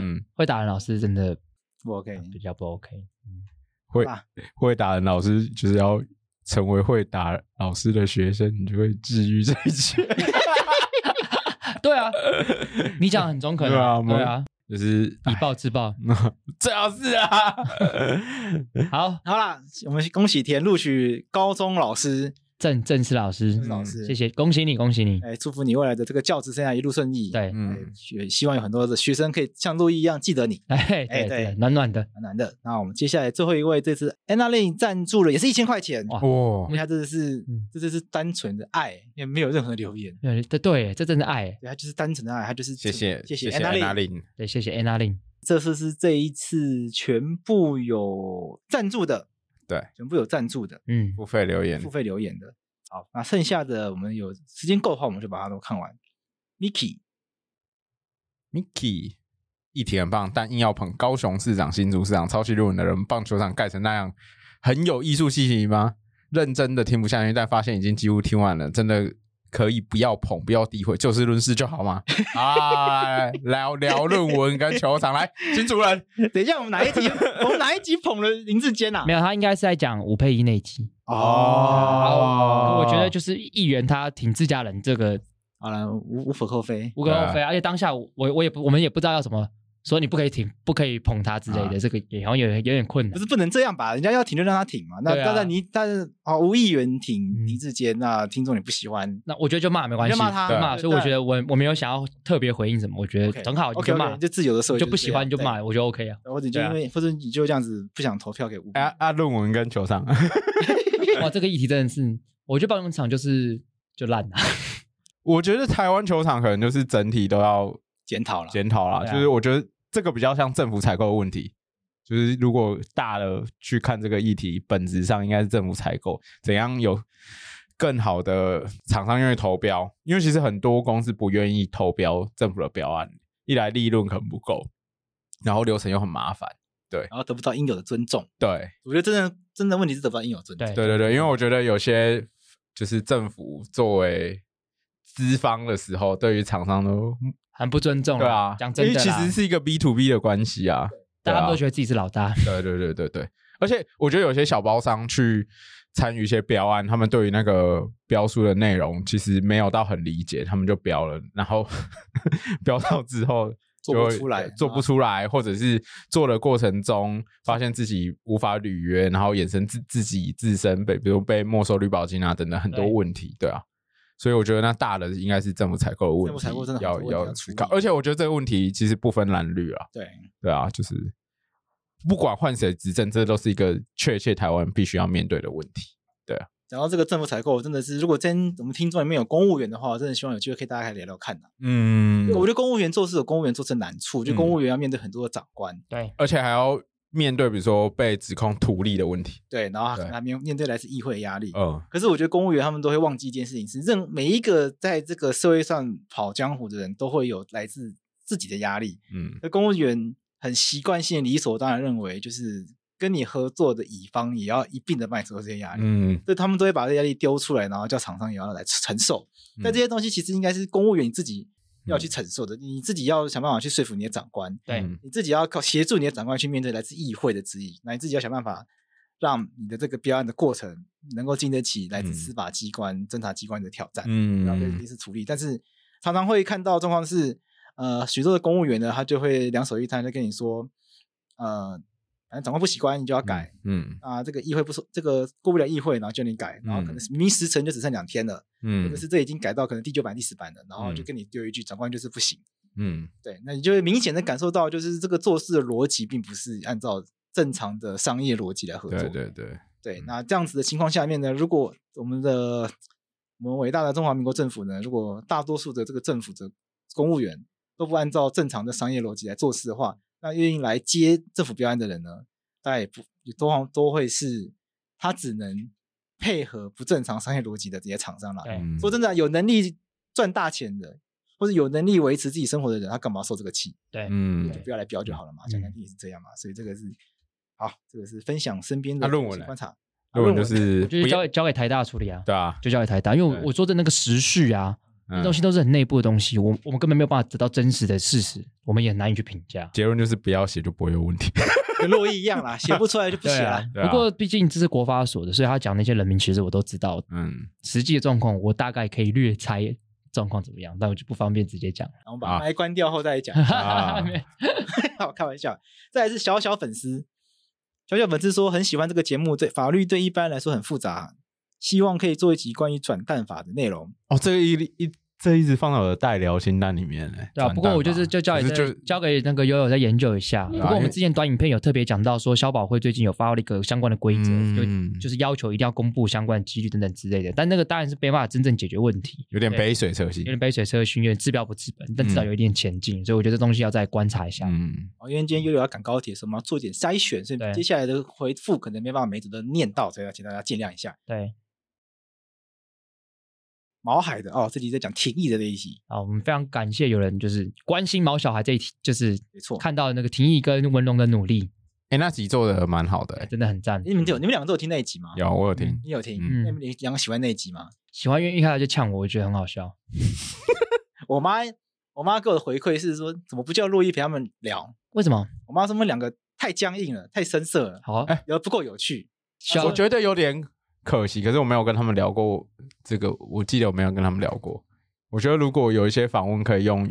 Speaker 3: 嗯，
Speaker 4: 会打人老师真的
Speaker 2: 不 OK。啊
Speaker 4: 比较不 OK。嗯
Speaker 3: 会
Speaker 2: 哇
Speaker 3: 会打人老师就是要成为会打老师的学生，你就会治愈这一切。 (laughs)
Speaker 4: 对啊， (laughs) 你讲得很中肯
Speaker 3: 对啊
Speaker 4: 啊，
Speaker 3: 我们
Speaker 4: 对啊，
Speaker 3: 就是
Speaker 4: 以暴制暴。
Speaker 3: (laughs) 最好是啊，
Speaker 4: 好，
Speaker 2: 好啦，我们恭喜田录取高中老师，
Speaker 4: 郑郑思老师，嗯
Speaker 2: 郑老师
Speaker 4: 谢谢，恭喜你，恭喜你。
Speaker 2: 哎，祝福你未来的这个教职生涯一路顺意。
Speaker 4: 对，
Speaker 2: 哎，
Speaker 3: 嗯，
Speaker 2: 也希望有很多的学生可以像陆毅一样记得你，
Speaker 4: 哎，
Speaker 2: 哎
Speaker 4: 对对
Speaker 2: 对，
Speaker 4: 暖暖的，
Speaker 2: 蛮难的。那我们接下来最后一位，这次 Anna Lin 赞助了，也是一千块钱。
Speaker 4: 哇
Speaker 3: 哇
Speaker 2: 因为，他这是
Speaker 4: 嗯
Speaker 2: 这就是单纯的爱，也没有任何留言。
Speaker 4: 对这对耶，这真的爱耶，
Speaker 2: 对，他就是单纯的爱，他就是
Speaker 3: 谢谢
Speaker 2: 谢谢
Speaker 3: 谢谢
Speaker 2: Anna Lin
Speaker 3: 安琳，
Speaker 4: 对，谢谢 Anna Lin，
Speaker 2: 这次是这一次全部有赞助的，
Speaker 3: 对，
Speaker 2: 全部有赞助的，
Speaker 4: 嗯，
Speaker 3: 付费留言
Speaker 2: 付费留言的。好，那剩下的我们有时间够的话，我们就把它都看完。Miki，
Speaker 3: ，Mickey。议题很棒，但硬要捧高雄市长、新竹市长抄袭论文的人，棒球场盖成那样，很有艺术气息吗？认真的听不下去，但发现已经几乎听完了，真的可以不要捧，不要诋毁，就事论事就好吗？ (laughs) 啊，聊聊论文跟球场，来，新竹人，
Speaker 2: 等一下，我们哪一集？我们哪一集捧了林志坚啊？
Speaker 4: 没有，他应该是在讲吴佩仪那一集。
Speaker 3: 哦
Speaker 4: 我觉得就是议员他挺自家人，这个
Speaker 2: 好了，无无可厚非。
Speaker 4: 啊无可厚非啊。而且当下我我也不我们也不知道要怎么说你不可以停，不可以碰它之类的，
Speaker 2: 啊
Speaker 4: 这个也好像有有点困
Speaker 2: 不
Speaker 4: 难。
Speaker 2: 是不能这样吧？人家要停就让他停嘛。那
Speaker 4: 对啊
Speaker 2: 但是你但是啊，无议员停
Speaker 4: 嗯
Speaker 2: 倪志坚，那听众你不喜欢，
Speaker 4: 那我觉得就骂没关
Speaker 2: 你
Speaker 4: 系，
Speaker 2: 就骂他
Speaker 4: 就骂。
Speaker 2: 对
Speaker 4: 所以我
Speaker 2: 对
Speaker 4: 觉得我我没有想要特别回应什么，我觉
Speaker 2: OK，
Speaker 4: 得很好，你
Speaker 2: OK，
Speaker 4: 就骂，
Speaker 2: 就自由的社会就
Speaker 4: 就
Speaker 2: 是
Speaker 4: 不喜欢你就
Speaker 2: 这样
Speaker 4: 骂，我觉得 OK 啊。哎
Speaker 2: 或者你就因为或者你就这样子不想投票给吴
Speaker 3: 啊啊，论文跟球上，
Speaker 4: 哇，这个议题真的是，我觉得棒球场就是就烂啊。
Speaker 3: (laughs) 我觉得台湾球场可能就是整体都要
Speaker 2: 检讨了。
Speaker 3: 检讨啦，
Speaker 4: 对啊
Speaker 3: 就是我觉得这个比较像政府采购的问题，就是如果大的去看这个议题，本质上应该是政府采购怎样有更好的厂商愿意投标，因为其实很多公司不愿意投标政府的标案，一来利润可能不够，然后流程又很麻烦。
Speaker 2: 然后得不到应有的尊重，
Speaker 3: 对，
Speaker 2: 我觉得真的真的问题是得不到应有尊重。
Speaker 4: 对
Speaker 3: 对对对，因为我觉得有些就是政府作为资方的时候，对于厂商都
Speaker 4: 很不尊重啦
Speaker 3: 对啊，
Speaker 4: 讲
Speaker 3: 因
Speaker 4: 真
Speaker 3: 为
Speaker 4: 的
Speaker 3: 其
Speaker 4: 啦，
Speaker 3: 实是一个 B to B 的关系啊，
Speaker 4: 大
Speaker 3: 对
Speaker 4: 家
Speaker 3: 啊
Speaker 4: 都觉得自己是老大，
Speaker 3: 对对对对对，而且我觉得有些小包商去参与一些标案，他们对于那个标书的内容其实没有到很理解，他们就标了，然后 (laughs) 标到之后就
Speaker 2: 做不
Speaker 3: 会
Speaker 2: 出来嗯
Speaker 3: 呃做不出来，或者是做的过程中发现自己无法履约，然后衍生自自己自身被比如被没收绿保金啊等等很多
Speaker 4: 对
Speaker 3: 问题，对啊。所以我觉得那大的应该是政府采购的问
Speaker 2: 政
Speaker 3: 题，
Speaker 2: 府采购真的很
Speaker 3: 要
Speaker 2: 多问题要
Speaker 3: 要
Speaker 2: 处
Speaker 3: 思
Speaker 2: 理
Speaker 3: 考，而且我觉得这个问题其实不分蓝绿啊，
Speaker 2: 对，
Speaker 3: 对啊，就是不管换谁执政，这都是一个确切台湾必须要面对的问题。
Speaker 2: 讲到这个政府采购，真的是如果真我们听众里面有公务员的话，我真的希望有机会可以大家来聊聊看呐、
Speaker 3: 嗯
Speaker 2: 我觉得公务员做事有公务员做事的难处，就
Speaker 3: 嗯
Speaker 2: 公务员要面对很多的长官，
Speaker 4: 对，
Speaker 3: 而且还要面对比如说被指控图利的问题。
Speaker 2: 对，然后他可
Speaker 3: 对
Speaker 2: 能还面面对来自议会的压力。
Speaker 3: 嗯，
Speaker 2: 可是我觉得公务员他们都会忘记一件事情，是任每一个在这个社会上跑江湖的人都会有来自自己的压力。
Speaker 3: 嗯，
Speaker 2: 那公务员很习惯性地理所当然认为，就是跟你合作的乙方也要一并的帮你承受这些压力。
Speaker 3: 嗯，
Speaker 2: 所以他们都会把这些压力丢出来，然后叫厂商也要来承受。但这些东西其实应该是公务员你自己要去承受的，你自己要想办法去说服你的长官，
Speaker 4: 对
Speaker 3: 嗯
Speaker 2: 你自己要靠协助你的长官去面对来自议会的质疑，那你自己要想办法让你的这个标案的过程能够经得起来自司法机关、侦查机关的挑战，
Speaker 3: 嗯，
Speaker 2: 然后对这次处理。但是常常会看到状况是，呃，许多的公务员呢，他就会两手一摊，就跟你说，呃，反正长官不喜欢，你就要改。
Speaker 3: 嗯
Speaker 2: 啊，这个议会不说，这个过不了议会，然后叫你改，然后可能是明明时辰就只剩两天了，或
Speaker 3: 嗯
Speaker 2: 者是这已经改到可能第九版、第十版了，然后就
Speaker 3: 嗯
Speaker 2: 跟你丢一句，长官就是不行。
Speaker 3: 嗯
Speaker 2: 对，那你就会明显的感受到，就是这个做事的逻辑并不是按照正常的商业逻辑来合作。
Speaker 3: 对对对，
Speaker 2: 对
Speaker 3: 嗯
Speaker 2: 那这样子的情况下面呢，如果我们的我们伟大的中华民国政府呢，如果大多数的这个政府的公务员都不按照正常的商业逻辑来做事的话，那愿意来接政府标案的人呢，大概也不也都好像都会是他只能配合不正常商业逻辑的这些厂商啦。
Speaker 4: 对
Speaker 3: 嗯
Speaker 2: 说真的啊、有能力赚大钱的，或者有能力维持自己生活的人，他干嘛受这个气？
Speaker 4: 对，
Speaker 3: 嗯
Speaker 2: 就不要来标就好了嘛，讲难听也是这样嘛，所以这个是好，这个是分享身边的
Speaker 3: 那论文
Speaker 2: 实
Speaker 3: 嘞
Speaker 2: 观察，
Speaker 3: (laughs) 论文就
Speaker 2: 啊
Speaker 3: 是
Speaker 4: 就是
Speaker 3: 不
Speaker 4: 交
Speaker 3: 要
Speaker 4: 给交给台大处理啊，
Speaker 3: 对啊，
Speaker 4: 就交给台大，因为我
Speaker 3: 对
Speaker 4: 我说的那个时序啊，
Speaker 3: 嗯
Speaker 4: 这东西都是很内部的东西，我我们根本没有办法得到真实的事实，我们也很难以去评价。
Speaker 3: 结论就是不要写就不会有问题。
Speaker 2: 跟洛伊一样
Speaker 3: (laughs)
Speaker 2: 啦，写不出来就不
Speaker 4: 对
Speaker 2: 写
Speaker 4: 啊
Speaker 2: 啦。，
Speaker 3: 对啊
Speaker 4: 不过毕竟这是国发所的，所以他讲那些人名，其实我都知道， (laughs)
Speaker 3: 嗯，
Speaker 4: 实际的状况我大概可以略猜状况怎么样，但我就不方便直接讲。
Speaker 2: 然后我们
Speaker 3: 啊
Speaker 2: 把麦关掉后再
Speaker 3: (laughs)
Speaker 2: 讲， (laughs)
Speaker 3: 啊
Speaker 4: 没
Speaker 2: 好开玩笑。再来是小小粉丝，小小粉丝说很喜欢这个节目，对法律对一般人来说很复杂，希望可以做一集关于转蛋法的内容。
Speaker 3: 哦，这个一一这一直放到我的待聊清单里面嘞。
Speaker 4: 对啊，
Speaker 3: 转
Speaker 4: 不过
Speaker 3: 蛋
Speaker 4: 我就
Speaker 3: 吧
Speaker 4: 是就交给
Speaker 3: 可是
Speaker 4: 这
Speaker 3: 就
Speaker 4: 交给那个悠悠再研究一下。不
Speaker 3: 啊
Speaker 4: 过我
Speaker 3: 因为
Speaker 4: 们之前短影片有特别讲到说，消保会最近有发了一个相关的规则，
Speaker 3: 嗯
Speaker 4: 就就是要求一定要公布相关的几率等等之类的。但那个当然是没办法真正解决问题，
Speaker 3: 有点
Speaker 4: 对
Speaker 3: 杯水车
Speaker 4: 有
Speaker 3: 薪。
Speaker 4: 点杯水车薪，有点治标不治本，但至少有一点前进。所以我觉得这东西要再观察一下。
Speaker 3: 嗯
Speaker 2: 哦，因为今天悠悠要赶高铁，所以我们要做一点筛选，所以
Speaker 4: 对
Speaker 2: 接下来的回复可能没办法每组都念到，所以要请大家见谅一下。
Speaker 4: 对，
Speaker 2: 毛海的哦，这集在讲庭议的这一集，
Speaker 4: 啊，我们非常感谢有人就是关心毛小孩这一题，就是
Speaker 2: 没错
Speaker 4: 看到那个廷义跟文龙的努力，
Speaker 3: 哎，那集做的蛮好的
Speaker 4: 哎
Speaker 3: 欸，
Speaker 4: 真的很赞。
Speaker 2: 你们有你们两个都有听那一集吗？
Speaker 3: 有我有听。
Speaker 2: 你有听？
Speaker 3: 嗯
Speaker 2: 那你两个喜欢那一集吗？
Speaker 4: 喜欢因为一开始就呛我，我觉得很好笑。
Speaker 2: 我妈，我妈给我的回馈是说，怎么不叫洛伊陪他们聊？
Speaker 4: 为什么？
Speaker 2: 我妈说他们两个太僵硬了，太生涩了，
Speaker 4: 好，啊
Speaker 3: 哎
Speaker 2: 聊得不够有趣。
Speaker 4: 小
Speaker 3: 我觉得有点可惜，可是我没有跟他们聊过这个，我记得我没有跟他们聊过。我觉得如果有一些访问可以用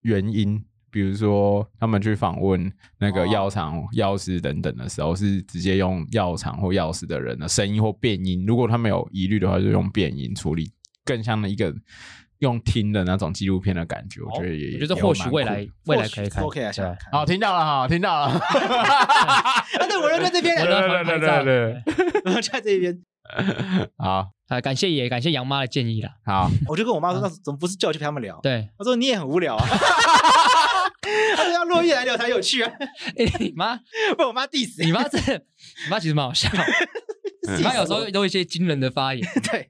Speaker 3: 原音，比如说他们去访问那个
Speaker 2: 哦
Speaker 3: 药厂、药师等等的时候，是直接用药厂或药师的人的声音或变音。如果他们有疑虑的话，就用变音处理，更像一个用听的那种纪录片的感觉。我觉得也，
Speaker 4: 哦我觉得
Speaker 3: 也
Speaker 4: 或
Speaker 3: 蛮
Speaker 4: 许
Speaker 3: 酷
Speaker 4: 未
Speaker 3: 的
Speaker 4: 来未来可以看
Speaker 2: o k 啊，想
Speaker 4: 对
Speaker 2: 想
Speaker 4: 啊
Speaker 2: 看。
Speaker 3: 好，听到了哈，听到了。
Speaker 2: 啊，对，我就在这
Speaker 4: (laughs)
Speaker 2: 边，
Speaker 4: 我
Speaker 2: 我
Speaker 4: 的防
Speaker 3: 对对
Speaker 4: 拍照
Speaker 3: 对
Speaker 4: (laughs)
Speaker 2: 就
Speaker 3: 对
Speaker 2: 在这边，
Speaker 3: 好
Speaker 4: 啊，感谢也感谢杨妈的建议啦。
Speaker 3: 好，
Speaker 2: 我就跟我妈说，那怎么不是叫我去陪他们聊？
Speaker 4: 对，
Speaker 2: 她说你也很无聊啊。 (laughs) 她说要落叶来聊才有趣啊， (laughs)
Speaker 4: 哎、你妈，
Speaker 2: 被我妈 diss
Speaker 4: 你妈这，你妈其实蛮好笑，你妈有时候都有一些惊人的发言。
Speaker 2: (laughs) 对，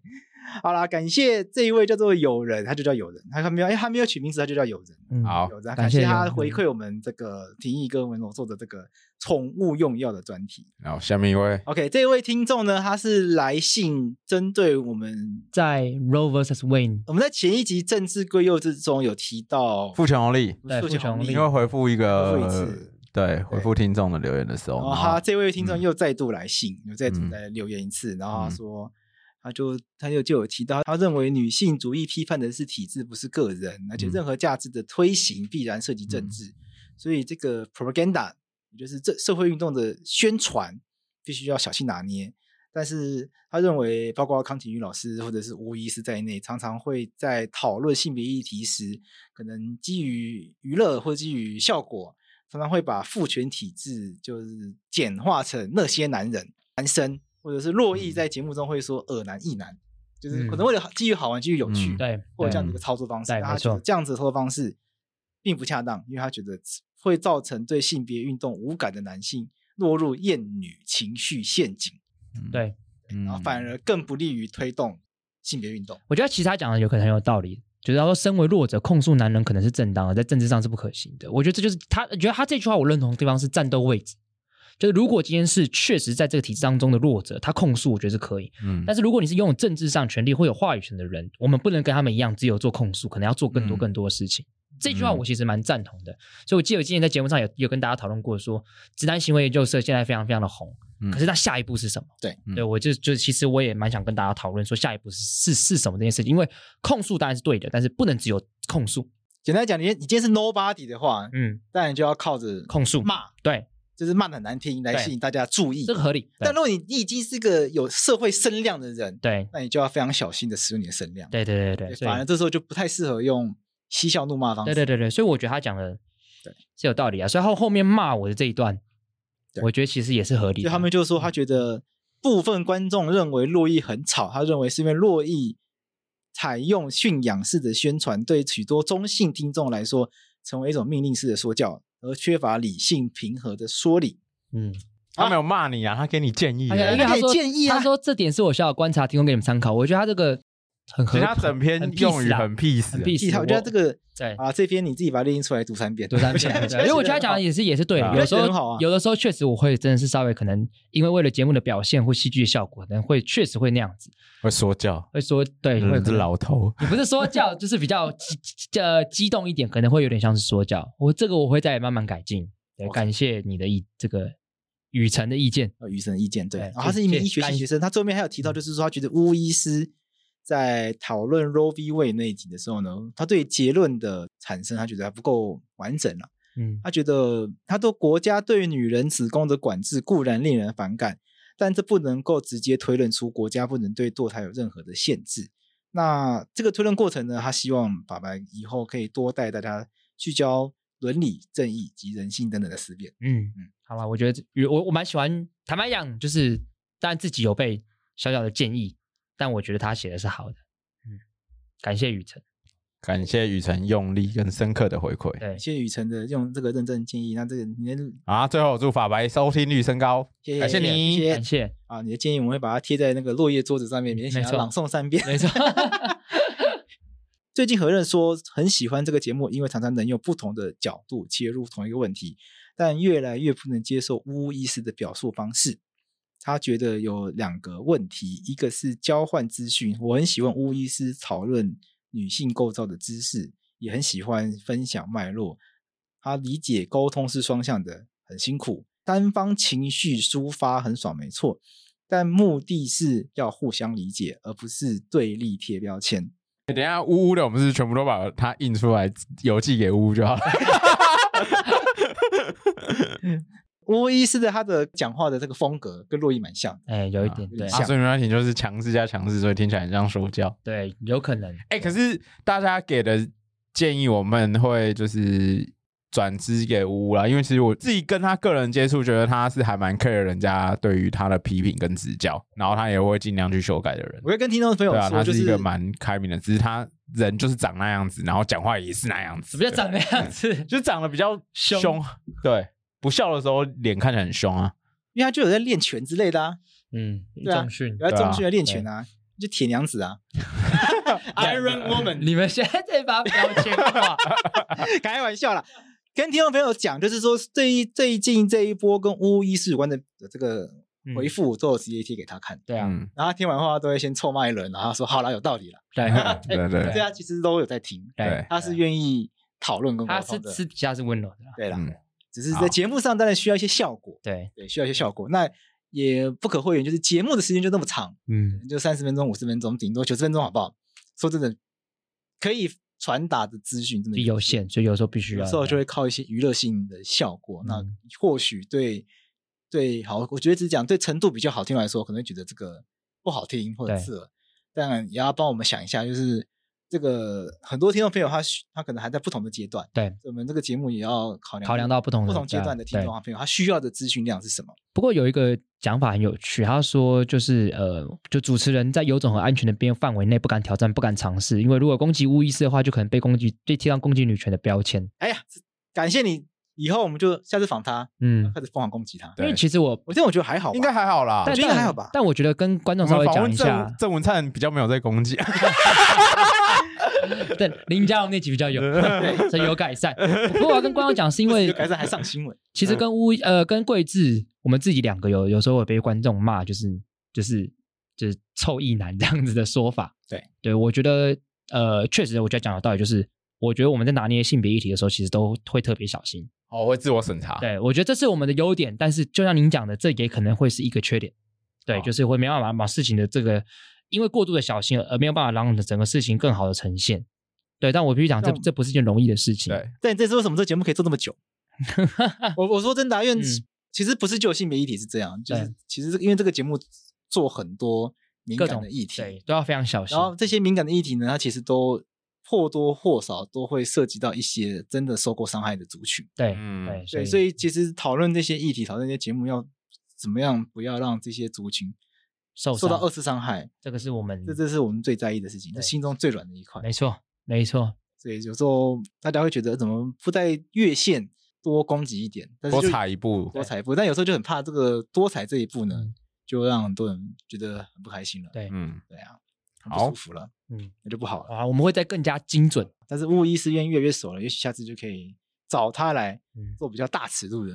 Speaker 2: 好啦，感谢这一位叫做友人，他就叫友人，他他没有，哎，他没有取名字，他就叫友人。
Speaker 3: (laughs)
Speaker 4: 嗯
Speaker 3: 好
Speaker 2: 友人，
Speaker 4: 感
Speaker 2: 感
Speaker 4: 谢
Speaker 2: 谢
Speaker 4: 友
Speaker 2: 他
Speaker 4: 人
Speaker 2: 回馈我们这个廷义跟文龙做的这个宠物用药的专题。
Speaker 3: 然后下面一位
Speaker 2: OK，这位听众呢，他是来信针对我们，
Speaker 4: 在 Roe vs Wayne，
Speaker 2: 我们在前一集政治归幼之中有提到
Speaker 3: 傅琼丽，
Speaker 4: 对
Speaker 2: 父
Speaker 4: 父权红利
Speaker 3: 因为回复一哦
Speaker 2: 回复一
Speaker 3: 个
Speaker 2: 次
Speaker 3: 对回复听众的留言的时候，
Speaker 2: 然
Speaker 3: 然
Speaker 2: 后
Speaker 3: 后
Speaker 2: 他哦这位听众
Speaker 3: 嗯
Speaker 2: 又再度来信，又再度
Speaker 3: 嗯
Speaker 2: 来留言一次，然后
Speaker 3: 嗯
Speaker 2: 他说，他就他又就有提到，他认为女性主义批判的是体制，不是个人，而且
Speaker 3: 嗯
Speaker 2: 任何价值的推行必然涉及政
Speaker 3: 嗯
Speaker 2: 治，所以这个 propaganda 也就是这社会运动的宣传，必须要小心拿捏。但是他认为，包括康廷宇老师或者是吴医师在内，常常会在讨论性别议题时，可能基于娱乐或基于效果，常常会把父权体制就是简化成那些男人、男生，或者是洛
Speaker 4: 嗯
Speaker 2: 毅在节目中会说“恶男”“异男”，就是可能为了基于好玩、基于有趣，
Speaker 3: 嗯
Speaker 4: 对，
Speaker 2: 或者这样
Speaker 4: 对
Speaker 2: 的一个操作方式，
Speaker 4: 对
Speaker 2: 但他
Speaker 4: 没
Speaker 2: 觉得
Speaker 4: 错
Speaker 2: 这样子的操作方式并不恰当，因为他觉得会造成对性别运动无感的男性落入厌女情绪陷阱，
Speaker 4: 对，
Speaker 3: 嗯
Speaker 2: 然后反而更不利于推动性别运动。
Speaker 4: 我觉得其实他讲的有可能很有道理，就是他说身为弱者控诉男人可能是正当的，在政治上是不可行的。我觉得这就是他，我觉得他这句话我认同的地方是战斗位置，就是如果今天是确实在这个体制当中的弱者，他控诉我觉得是可以，
Speaker 3: 嗯
Speaker 4: 但是如果你是拥有政治上权利或有话语权的人，我们不能跟他们一样只有做控诉，可能要做更多
Speaker 3: 嗯
Speaker 4: 更多的事情。这句话
Speaker 3: 嗯
Speaker 4: 我其实蛮赞同的，所以我记得我之前在节目上有有跟大家讨论过说，直男行为研究社现在非常非常的红，
Speaker 3: 嗯
Speaker 4: 可是那下一步是什么？
Speaker 2: 对
Speaker 3: 嗯
Speaker 4: 对我就就其实我也蛮想跟大家讨论说下一步是是是什么这件事情，因为控诉当然是对的，但是不能只有控诉，
Speaker 2: 简单讲，你你今天是 nobody 的话，
Speaker 4: 嗯，
Speaker 2: 当然就要靠着
Speaker 4: 控诉
Speaker 2: 骂，
Speaker 4: 对，
Speaker 2: 就是骂的很难听来
Speaker 4: 对
Speaker 2: 吸引大家注意
Speaker 4: 这。个合理，
Speaker 2: 但如果你你已经是个有社会声量的人，
Speaker 4: 对
Speaker 2: 那你就要非常小心的使用你的声量。
Speaker 4: 对对对对对，所以
Speaker 2: 反而这时候就不太适合用嬉笑怒骂的方式。
Speaker 4: 对对对对，所以我觉得他讲的
Speaker 2: 对
Speaker 4: 是有道理啊。所以后后面骂我的这一段，
Speaker 2: 对
Speaker 4: 我觉得其实也是合理
Speaker 2: 就
Speaker 4: 的。
Speaker 2: 他们就说他觉得部分观众认为洛毅很吵，他认为是因为洛毅采用驯养式的宣传，对许多中性听众来说成为一种命令式的说教，而缺乏理性平和的说理。
Speaker 4: 嗯，
Speaker 3: 他没有骂你啊，他给你建议啊，
Speaker 4: 而且因
Speaker 3: (laughs)
Speaker 4: 为他
Speaker 2: 给
Speaker 4: 说
Speaker 2: 建议啊
Speaker 4: 他说这点是我需要观察提供给你们参考。我觉得他这个很合
Speaker 3: 其
Speaker 4: 理，
Speaker 3: 实他整篇
Speaker 4: 很
Speaker 3: 用
Speaker 4: peace
Speaker 3: 语
Speaker 4: 啦
Speaker 3: 很 peace，啊
Speaker 4: 很 peace
Speaker 2: 其实我觉得这个
Speaker 4: 对。
Speaker 2: 啊，这篇你自己把它列印出来读三
Speaker 4: (laughs)
Speaker 2: 遍，
Speaker 4: 读三
Speaker 2: 我 (laughs) 觉
Speaker 4: 遍，
Speaker 2: 得
Speaker 4: 对因为我觉得他
Speaker 2: 很
Speaker 4: 讲
Speaker 2: 好
Speaker 4: 的也是也是对
Speaker 3: 啊
Speaker 4: 的。有时
Speaker 2: 我觉得很好啊
Speaker 4: 候有的时候确实我会真的是稍微可能因为为了节目的表现或戏剧的效果，可能会确实会那样子，
Speaker 3: 会说教，
Speaker 4: 会说对，会
Speaker 3: 嗯人是老头，
Speaker 4: 也不是说
Speaker 3: (laughs)
Speaker 4: 教，就是比较激激呃激动一点，可能会有点像是说教。我这个我会再慢慢改进。对，
Speaker 2: OK
Speaker 4: 感谢你的意这个雨辰的意见。
Speaker 2: 呃，余生的意见，对，
Speaker 4: 对
Speaker 2: 然后他是一名医学系学生，他最后面还有提到，就是说他觉得巫医师在讨论 Roe v. Wade 那一集的时候呢，他对结论的产生，他觉得还不够完整啊了、
Speaker 4: 嗯，
Speaker 2: 他觉得他说国家对女人子宫的管制固然令人反感，但这不能够直接推论出国家不能对堕胎有任何的限制。那这个推论过程呢，他希望爸爸以后可以多带大家聚焦伦理、正义及人性等等的思辨。
Speaker 4: 嗯
Speaker 2: 嗯，
Speaker 4: 好吧，我觉得这与我我蛮喜欢，坦白讲，就是当然自己有被小小的建议，但我觉得他写的是好的。嗯，感谢雨辰。
Speaker 3: 感谢雨辰用力跟深刻的回馈
Speaker 4: 对，
Speaker 2: 谢谢雨辰的用这个认证建议，那这个你的
Speaker 3: 啊！最后祝法白收听率升高，
Speaker 2: 谢谢
Speaker 3: 感谢你嗯
Speaker 2: 谢谢
Speaker 4: 感谢，
Speaker 2: 啊，你的建议我们会把它贴在那个落叶桌子上面，免得
Speaker 4: 没
Speaker 2: 想要
Speaker 4: 错
Speaker 2: 朗诵三遍。
Speaker 3: (laughs)
Speaker 4: 没错，
Speaker 2: 最近何任说很喜欢这个节目，因为常常能用不同的角度切入同一个问题，但越来越不能接受巫医师的表述方式。他觉得有两个问题，一个是交换资讯，我很喜欢巫医师讨论女性构造的知识，也很喜欢分享脉络。他理解沟通是双向的，很辛苦，单方情绪抒发很爽，没错，但目的是要互相理解，而不是对立贴标签。
Speaker 3: 哎等一下呜呜的，我们是全部都把它印出来邮寄给呜呜就好了。
Speaker 2: 乌伊斯的他的讲话的这个风格跟洛伊蛮像的，
Speaker 4: 哎，有一点
Speaker 3: (laughs)
Speaker 4: 对
Speaker 3: 啊，所以没关系，就是强势加强势，所以听起来很像说教。
Speaker 4: 对，有可能
Speaker 3: 哎、可是大家给的建议，我们会就是转支给呜呜啦，因为其实我自己跟他个人接触，觉得他是还蛮 care 人家对于他的批评跟指教，然后他也会尽量去修改的人
Speaker 2: 我。会跟听众朋友
Speaker 3: 对啊，
Speaker 2: 说，
Speaker 3: 他
Speaker 2: 就是
Speaker 3: 一个蛮开明的，只是他人就是长那样子，然后讲话也是那样子。
Speaker 4: 什么叫长那样
Speaker 3: (laughs)
Speaker 4: 子？
Speaker 3: 就长得比较
Speaker 4: 凶
Speaker 3: 凶对，不笑的时候脸看起来很凶啊。
Speaker 2: 因为他就有在练拳之类的啊，
Speaker 4: 嗯，
Speaker 2: 对啊
Speaker 4: 重训。
Speaker 2: 有在
Speaker 3: 对啊
Speaker 2: 中训的练拳啊，就铁娘子
Speaker 3: (laughs)
Speaker 2: 啊，Iron Woman，
Speaker 4: 你们现在在把标签 (laughs) 化，
Speaker 2: (laughs) 开玩笑啦。跟听众朋友讲，就是说这一最近这一波跟乌伊斯有关的这个回复，都有直接贴给他看，
Speaker 4: 对啊，
Speaker 3: 嗯，
Speaker 2: 然后他听完话都会先臭骂一轮，然后说好啦，有道理啦。 (laughs)
Speaker 4: 对
Speaker 3: 对对
Speaker 2: 对啊，其实都有在听，
Speaker 3: 对
Speaker 2: 他是愿意讨论跟沟
Speaker 4: 他是
Speaker 2: 通的，
Speaker 4: 私底下是温柔的啦，
Speaker 2: 对啦
Speaker 3: 嗯，
Speaker 2: 只是
Speaker 3: 好
Speaker 2: 在节目上当然需要一些效果，
Speaker 4: 对，
Speaker 2: 对，需要一些效果。那也不可讳言，就是节目的时间就那么长，
Speaker 4: 嗯，
Speaker 2: 就三十分钟、五十分钟，顶多九十分钟，好不好？说真的，可以传达的资讯真的
Speaker 4: 有，限，所以有时候必须要
Speaker 2: 有
Speaker 4: 这样，
Speaker 2: 时候就会靠一些娱乐性的效果。那
Speaker 4: 嗯
Speaker 2: 或许对对好，我觉得只讲对程度比较好听来说，可能会觉得这个不好听或者
Speaker 4: 对
Speaker 2: 刺耳，但也要帮我们想一下，就是这个很多听众朋友他需他可能还在不同的阶段，
Speaker 4: 对
Speaker 2: 我们这个节目也要考量
Speaker 4: 考量到不同的
Speaker 2: 不同阶段的听
Speaker 4: 对
Speaker 2: 众啊朋友，他需要的资讯量是什么？
Speaker 4: 不过有一个讲法很有趣，他说就是呃，就主持人在有种和安全的边范围内不敢挑战、不敢尝试，因为如果攻击无意识的话，就可能被攻击被贴上攻击女权的标签。
Speaker 2: 哎呀，感谢你，以后我们就下次访他，
Speaker 4: 嗯，
Speaker 2: 开始疯狂攻击他。
Speaker 4: 因为
Speaker 3: 对
Speaker 4: 其实我，
Speaker 2: 我这样我觉得还好吧，
Speaker 3: 应该还好啦。
Speaker 4: 但
Speaker 2: 觉得哦还好吧
Speaker 4: 但我觉得跟观众
Speaker 3: 我
Speaker 4: 稍
Speaker 3: 们
Speaker 4: 微
Speaker 3: 访
Speaker 4: 讲
Speaker 3: 问
Speaker 4: 一下
Speaker 3: 郑，郑文灿比较没有在攻击，
Speaker 4: 对林家龙那集比较
Speaker 2: (laughs)
Speaker 4: 有，所以有改善。不过我要跟观众讲，是因
Speaker 2: 因 (laughs)
Speaker 4: 为
Speaker 2: 为改善还上新闻。
Speaker 4: 其实跟乌呃跟桂智，我们自己两个有有时候会被观众骂，就是就是就是臭意男这样子的说法。
Speaker 2: 对
Speaker 4: 对，我觉得呃确实，我觉得讲的道理就是，我觉得我们在拿捏性别议题的时候，其实都会特别小心。
Speaker 3: 哦，会自我审查。
Speaker 4: 对我觉得这是我们的优点，但是就像您讲的，这也可能会是一个缺点。对，
Speaker 2: 哦
Speaker 3: 好
Speaker 4: 就是会没办法把事情的这个因为过度的小心而没有办法让整个事情更好的呈现。对，但我必须讲，这
Speaker 2: 那我
Speaker 4: 这不是一件容易的事情。
Speaker 3: 对，
Speaker 2: 但这是为什么这节目可以做这么
Speaker 4: (laughs)
Speaker 2: 久？我我说真的啊、因为
Speaker 4: 嗯
Speaker 2: 其实不是只有性别议题是这样，就是
Speaker 4: 对
Speaker 2: 其实这个因为这个节目做很多敏
Speaker 4: 各
Speaker 2: 感
Speaker 4: 种
Speaker 2: 的议
Speaker 4: 对
Speaker 2: 题，
Speaker 4: 都要非常小心
Speaker 2: 然。后这些敏感的议题呢，它其实都或多或少都会涉及到一些真的受过伤害的族群。
Speaker 4: 对，
Speaker 3: 嗯
Speaker 4: 对，
Speaker 2: 对，所以其实讨论这些议题，讨论这些节目要怎么样，不要让这些族群
Speaker 4: 受
Speaker 2: 受到
Speaker 4: 伤
Speaker 2: 二次伤害，
Speaker 4: 这个是我们
Speaker 2: 这这是我们最在意的事情，
Speaker 4: 嗯对
Speaker 2: 是心中最软的一块。
Speaker 4: 没错，没错，
Speaker 2: 所以有时候大家会觉得怎么不在越线多攻击一点，但是
Speaker 3: 多
Speaker 2: 就
Speaker 3: 踩一步
Speaker 2: 多。踩一步，但有时候就很怕这个多踩这一步呢，
Speaker 4: 嗯
Speaker 2: 就让很多人觉得很不开心了。
Speaker 4: 对
Speaker 3: 嗯，
Speaker 2: 对啊，很不
Speaker 3: 好
Speaker 2: 舒服了，
Speaker 4: 嗯，
Speaker 2: 那就不好了。
Speaker 4: 啊，我们会再更加精准，
Speaker 2: 但是巫医师院越来越熟了，也许下次就可以找他来
Speaker 4: 嗯，
Speaker 2: 做比较大尺度的，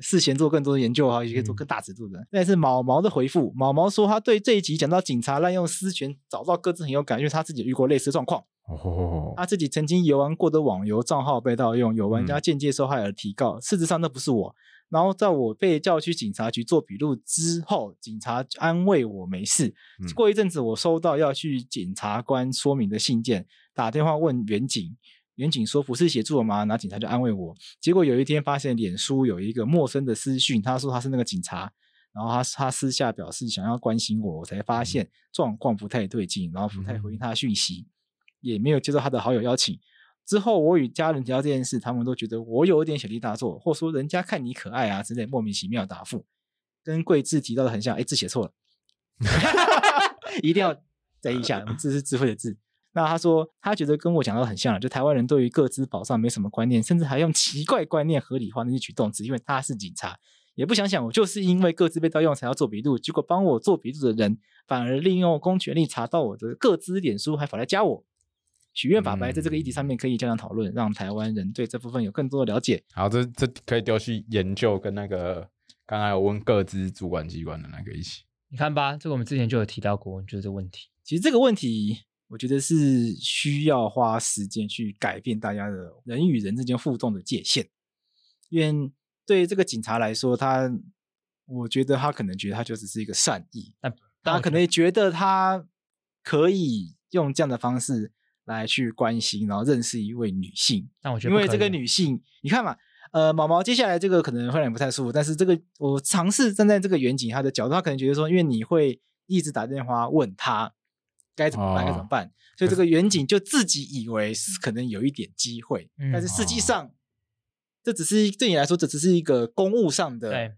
Speaker 2: 事前做更多的研究哈，啊也可以做更大尺度的。但是毛毛的回复，毛毛说他对这一集讲到警察滥用私权找到各自很有感，因为他自己遇过类似的状况，
Speaker 3: 哦，
Speaker 2: 他自己曾经游玩过的网游账号被盗用，有玩
Speaker 3: 嗯
Speaker 2: 家间接受害而提告，事实上那不是我。然后在我被叫去警察局做笔录之后，警察安慰我没事
Speaker 3: 嗯。
Speaker 2: 过一阵子，我收到要去检察官说明的信件，打电话问远景，远景说不是协助我吗？然后警察就安慰我。结果有一天发现脸书有一个陌生的私讯，他说他是那个警察，然后他他私下表示想要关心我，我才发现状况不太对劲，然后不太回应他的讯息，也没有接到他的好友邀请。之后我与家人提到这件事，他们都觉得我有点小题大做，或说人家看你可爱啊之类莫名其妙的答复，跟桂智提到的很像，哎，字写错了，一定要在意一下，我们字是智慧的字。那他说他觉得跟我讲到很像啊了，就台湾人对于各自保障没什么观念，甚至还用奇怪观念合理化那些举动，只因为他是警察，也不想想我就是因为各自被盗用才要做笔录，结果帮我做笔录的人反而利用公权力查到我的各自脸书，还跑来加我。许愿法白在这个议题上面可以加强讨论，让台湾人对这部分有更多的了解。
Speaker 3: 好，这这可以丢去研究跟那个刚才我问各自主管机关的那个一起。
Speaker 4: 你看吧，这个我们之前就有提到过，就是这个问题。
Speaker 2: 其实这个问题，我觉得是需要花时间去改变大家的人与人之间互动的界限。因为对这个警察来说，他我觉得他可能觉得他就只是一个善意，
Speaker 4: 但但
Speaker 2: 他
Speaker 4: 我
Speaker 2: 可
Speaker 4: 觉
Speaker 2: 能也觉得他可以用这样的方式来去关心，然后认识一位女性，
Speaker 4: 但我觉得
Speaker 2: 因
Speaker 4: 不
Speaker 2: 为
Speaker 4: 可
Speaker 2: 这个
Speaker 4: 以啊
Speaker 2: 女性，你看嘛，呃，毛毛接下来这个可能会让你不太舒服，但是这个我尝试站在这个远景他的角度，他可能觉得说，因为你会一直打电话问他该怎么办，该怎么
Speaker 3: 哦
Speaker 2: 办，所以这个远景就自己以为是可能有一点机会，
Speaker 4: 嗯
Speaker 2: 但是实际
Speaker 3: 哦
Speaker 2: 上，这只是对你来说，这只是一个公务上的
Speaker 4: 对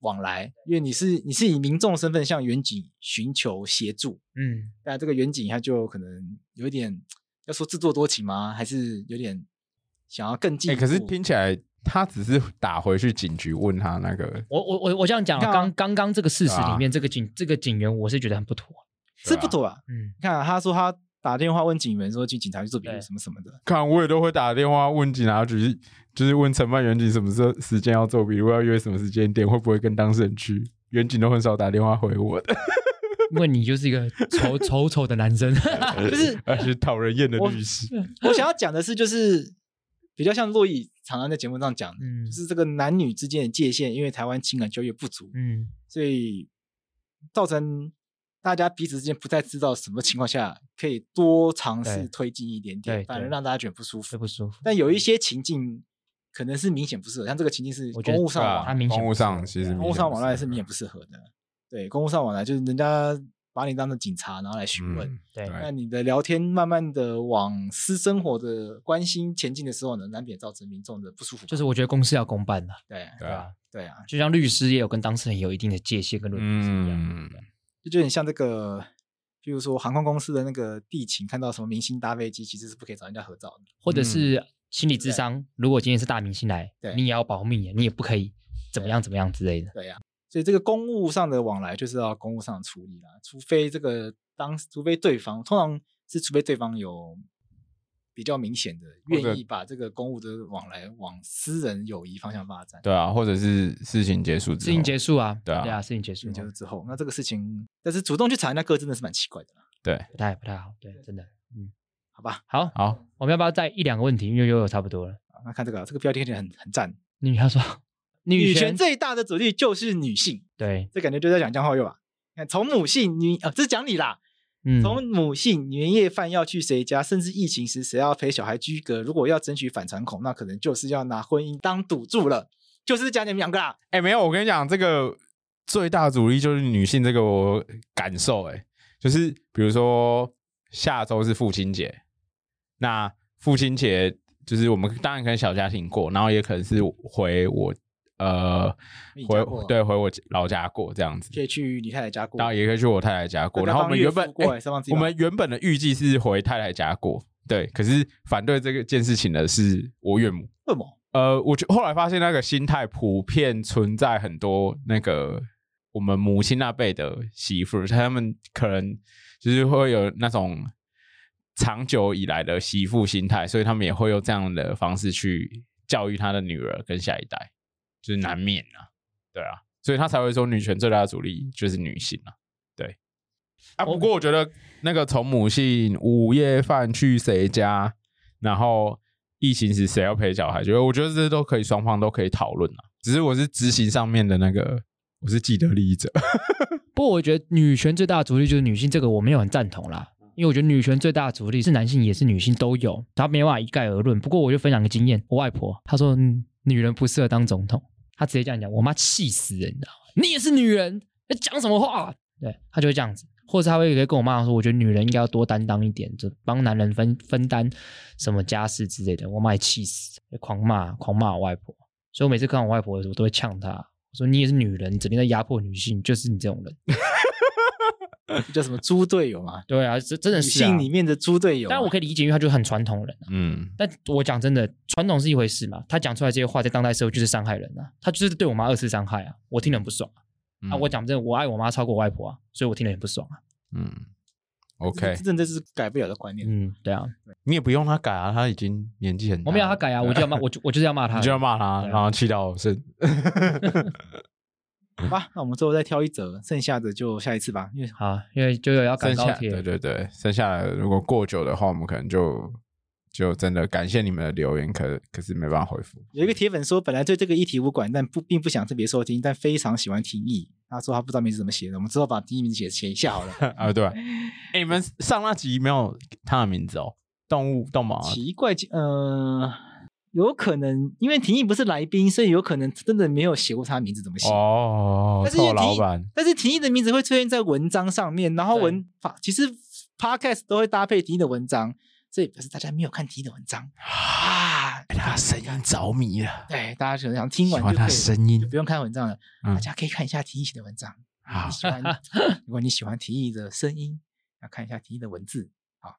Speaker 2: 往来，因为你是你是以民众身份向远景寻求协助，
Speaker 4: 嗯，
Speaker 2: 但这个远景他就可能有一点要说自作多情吗？还是有点想要更进
Speaker 3: 哎、
Speaker 2: 一步？
Speaker 3: 可是听起来他只是打回去警局问他那个，
Speaker 4: 我我我我这样讲
Speaker 2: 你
Speaker 4: 啊，
Speaker 2: 看啊啊
Speaker 4: 刚刚刚这个事实里面，这个警这个警员，我是觉得很不妥。
Speaker 2: 是不妥啊！
Speaker 4: 嗯，
Speaker 2: 你看、啊、他说他打电话问警员说去警察去做笔录
Speaker 4: 对
Speaker 2: 什么什么的，
Speaker 3: (laughs) 看我也都会打电话问警察局，就是问承办员警什么时候时间要做笔录，要约什么时间点，会不会跟当事人去。远警都很少打电话回我的， (laughs)
Speaker 4: 因为你就是一个丑丑丑的男生，
Speaker 2: 啊就是
Speaker 3: (laughs) 而且讨人厌的律师。
Speaker 2: 我想要讲的是，就是比较像洛伊常常在节目上讲的，
Speaker 4: 嗯
Speaker 2: 就是这个男女之间的界限，因为台湾情感教育不足，
Speaker 4: 嗯，
Speaker 2: 所以造成大家彼此之间不太知道什么情况下可以多尝试
Speaker 4: 对
Speaker 2: 推进一点点，
Speaker 4: 对
Speaker 2: 反而
Speaker 4: 对
Speaker 2: 让大家觉得不舒
Speaker 4: 会
Speaker 2: 服。
Speaker 4: 不舒服。
Speaker 2: 但有一些情境可能是明显不适合，像这个情境是
Speaker 4: 我觉得
Speaker 2: 公务上
Speaker 3: 对啊
Speaker 2: 网
Speaker 4: 他明显
Speaker 3: 公务
Speaker 4: 不是
Speaker 3: 上其实
Speaker 4: 对啊
Speaker 2: 公务上往来是明显不适合的。对，公务上往来就是人家把你当成警察，然后来询问。
Speaker 3: 嗯
Speaker 4: 对
Speaker 3: 对
Speaker 2: 那你的聊天慢慢的往私生活的关心前进的时候呢，难免造成民众的不舒服感。
Speaker 4: 就是我觉得公司要公办的，
Speaker 2: 对
Speaker 3: 对啊，
Speaker 2: 对啊，
Speaker 4: 就像律师也有跟当事人有一定的界限跟论点啊是一样的。
Speaker 3: 嗯，
Speaker 2: 就就很像这个，比如说航空公司的那个地勤，看到什么明星搭飞机，其实是不可以找人家合照的。
Speaker 4: 或者是心理智商，如果今天是大明星来
Speaker 2: 对，
Speaker 4: 你也要保密，你也不可以怎么样怎么样之类的。
Speaker 2: 对呀、所以这个公务上的往来就是要公务上的处理啦，除非这个当，除非对方通常是除非对方有比较明显的
Speaker 3: 或者
Speaker 2: 愿意把这个公务的往来往私人友谊方向发展，
Speaker 3: 对啊，或者是事情结束之后，
Speaker 4: 事情结束啊，
Speaker 3: 对啊
Speaker 4: 事情结束哦
Speaker 2: 这就是哦
Speaker 4: 后
Speaker 2: 之后，那这个事情，但是主动去查人家歌真的是蛮奇怪的啦，
Speaker 4: 不太不太好，对，真的。
Speaker 2: 好吧？啊
Speaker 4: 好，
Speaker 3: 好，
Speaker 4: 我们要不要再一两个问题？因为悠悠差不多了。
Speaker 2: 那看这个，这个标题看起来很很赞，
Speaker 4: 女他说，女
Speaker 2: 权
Speaker 4: 权
Speaker 2: 最大的阻力就是女性，
Speaker 4: 对，
Speaker 2: 这感觉就在讲江浩佑啊。你看，从母性女啊、这是讲你啦，
Speaker 4: 嗯，
Speaker 2: 从母性年夜饭要去谁家，甚至疫情时谁要陪小孩居隔，如果要争取反传统，那可能就是要拿婚姻当赌注了。就是讲你们两个啦，
Speaker 3: 哎、没有，我跟你讲，这个最大阻力就是女性这个我感受、哎，就是比如说下周是父亲节，那父亲节就是我们当然可能小家庭过，然后也可能是回我呃
Speaker 2: 你家
Speaker 3: 回
Speaker 2: 过
Speaker 3: 对回我老家过这样子，
Speaker 2: 可以去你太太家过，
Speaker 3: 然后也可以去我太太家过，
Speaker 2: 大家
Speaker 3: 然后我
Speaker 2: 帮
Speaker 3: 们
Speaker 2: 岳
Speaker 3: 原本
Speaker 2: 父过
Speaker 3: 哎
Speaker 2: 来上班自己
Speaker 3: 我
Speaker 2: 吧
Speaker 3: 们原本的预计是回太太家过，对，可是反对这个件事情的是我岳母。
Speaker 2: 为什么？
Speaker 3: 呃，我觉后来发现那个心态普遍存在很多那个我们母亲那辈的媳妇，他们可能就是会有那种长久以来的媳妇心态，所以他们也会用这样的方式去教育他的女儿跟下一代，就是难免啊，对啊，所以他才会说女权最大的阻力就是女性啊，对啊。
Speaker 4: 我
Speaker 3: 不过我觉得那个从母性午夜饭去谁家，然后疫情时谁要陪小孩，觉得我觉得这都可以双方都可以讨论啊。只是我是执行上面的那个，我是既得利益者。
Speaker 4: 不过我觉得女权最大的阻力就是女性，这个我没有很赞同啦。因为我觉得女权最大的阻力是男性也是女性都有，他没办法一概而论。不过我就分享个经验，我外婆她说、嗯女人不适合当总统，她直接这样讲，我妈气死人，你知道吗？你也是女人，在讲什么话？对，她就会这样子，或者她会跟我妈说，我觉得女人应该要多担当一点，就帮男人分分担什么家事之类的。我妈也气死，就狂骂狂骂我外婆，所以我每次看我外婆的时候，我都会呛她，我说你也是女人，你整天在压迫女性，就是你这种人。
Speaker 2: 这叫什么猪队友嘛？
Speaker 4: 对啊，这真的
Speaker 2: 女
Speaker 4: 是、啊、
Speaker 2: 性里面的猪队友啊。
Speaker 4: 当然我可以理解，因为他就是很传统人、啊。
Speaker 3: 嗯，
Speaker 4: 但我讲真的，传统是一回事嘛，他讲出来这些话在当代社会就是伤害人啊，他就是对我妈二次伤害啊，我听得很不爽啊。啊我讲真的，我爱我妈超过我外婆啊，所以我听得很不爽啊。
Speaker 3: 嗯
Speaker 2: 这
Speaker 3: ，OK，
Speaker 2: 这真的是改不了的观念。
Speaker 4: 嗯，对啊，
Speaker 3: 你也不用他改啊，他已经年纪很大，
Speaker 4: 我没有让他改啊，我
Speaker 3: (laughs)
Speaker 4: 就要骂，我就我就是要骂他，
Speaker 3: 你就要骂他，
Speaker 4: 对啊
Speaker 3: 然后气到是，
Speaker 2: 好吧，那我们最后再挑一则，剩下的就下一次吧，因为
Speaker 4: 好，因为就有要赶
Speaker 3: 剩
Speaker 4: 高
Speaker 3: 下
Speaker 4: 铁，
Speaker 3: 对对对，剩下的如果过久的话，我们可能就就真的感谢你们的留言，可可是没办法回
Speaker 4: (laughs)
Speaker 3: 复。
Speaker 2: 有一个铁粉说，本来对这个议题无感，但不并不想特别收听，但非常喜欢听议。他说他不知道名字怎么写的，我们之后把第一名写写一下好了。
Speaker 3: 啊，对，哎，你们上那集没有他的名字哦，动物动物啊，
Speaker 2: 奇怪，呃，有可能因为廷义不是来宾，所以有可能真的没有写过他名字怎么写。
Speaker 3: 哦，
Speaker 2: 但是因为
Speaker 3: 臭
Speaker 2: 廷
Speaker 3: 老
Speaker 2: 义
Speaker 3: 板，
Speaker 2: 但是廷义的名字会出现在文章上面，然后文法其实 podcast 都会搭配廷义的文章，所以表示大家没有看廷义的文
Speaker 3: (sighs)
Speaker 2: 章啊。
Speaker 3: 哎他声音着迷了，
Speaker 2: 对，大家可能想听完
Speaker 3: 喜
Speaker 2: 就可
Speaker 3: 欢
Speaker 2: 以了
Speaker 3: 他声音
Speaker 2: 就不用看文章了，
Speaker 3: 嗯
Speaker 2: 大家可以看一下廷义写的文章。
Speaker 3: 好
Speaker 2: 你，喜
Speaker 4: (laughs)
Speaker 2: 欢，如果你喜欢廷义的声音，要看一下廷义的文字。好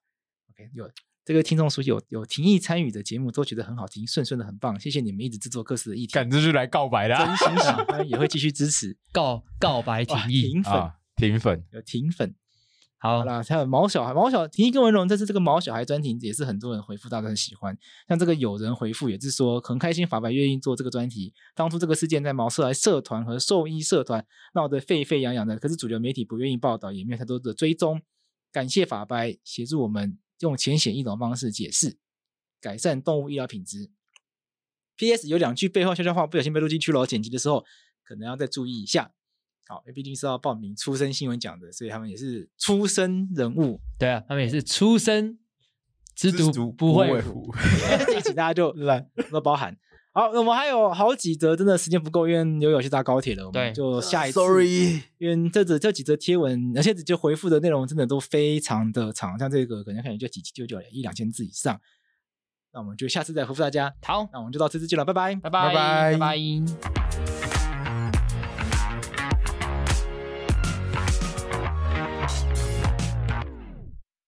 Speaker 2: ，OK，有这个听众书有有廷义参与的节目，都觉得很好听，顺顺的很棒，谢谢你们一直制作各式的议题，
Speaker 3: 感这是来告白的啊
Speaker 2: 真心
Speaker 4: (laughs)
Speaker 2: 喜欢，也会继续支持。
Speaker 4: 告告白提
Speaker 2: 哇
Speaker 4: 议。
Speaker 2: 廷粉
Speaker 3: 啊，挺粉，
Speaker 2: 有廷粉，
Speaker 4: 好嗯
Speaker 2: 好，啦，还有毛小孩，毛小婷跟文荣这次这个毛小孩专题也是很多人回复，大家都很喜欢。像这个有人回复也是说很开心，法白愿意做这个专题。当初这个事件在毛社来社团和兽医社团闹得沸沸扬扬的，可是主流媒体不愿意报道，也没有太多的追踪。感谢法白协助我们用浅显易懂的方式解释，改善动物医疗品质。P.S. 有两句背后悄悄话不小心被录进去了，剪辑的时候可能要再注意一下。好，因为毕竟是要报名出身新闻奖的，所以他们也是出身人物。 (laughs)
Speaker 4: 对啊，他们也是出生之毒不会虎。
Speaker 3: 虎，
Speaker 2: 这一集大家 (laughs) 就
Speaker 3: 烂，
Speaker 2: 多包涵。好，那我们还有好几则，真的时间不够，因为牛友去搭高铁了，我
Speaker 4: 对
Speaker 2: 们
Speaker 3: 啊
Speaker 2: 就下一次。因为这则这几则贴文，而且这就回复的内容真的都非常的长，像这个可能可能就几就就有一两千字以上。那我们就下次再回复大家，
Speaker 4: 好，
Speaker 2: 那我们就到这次见了，拜拜，拜
Speaker 4: 拜拜拜。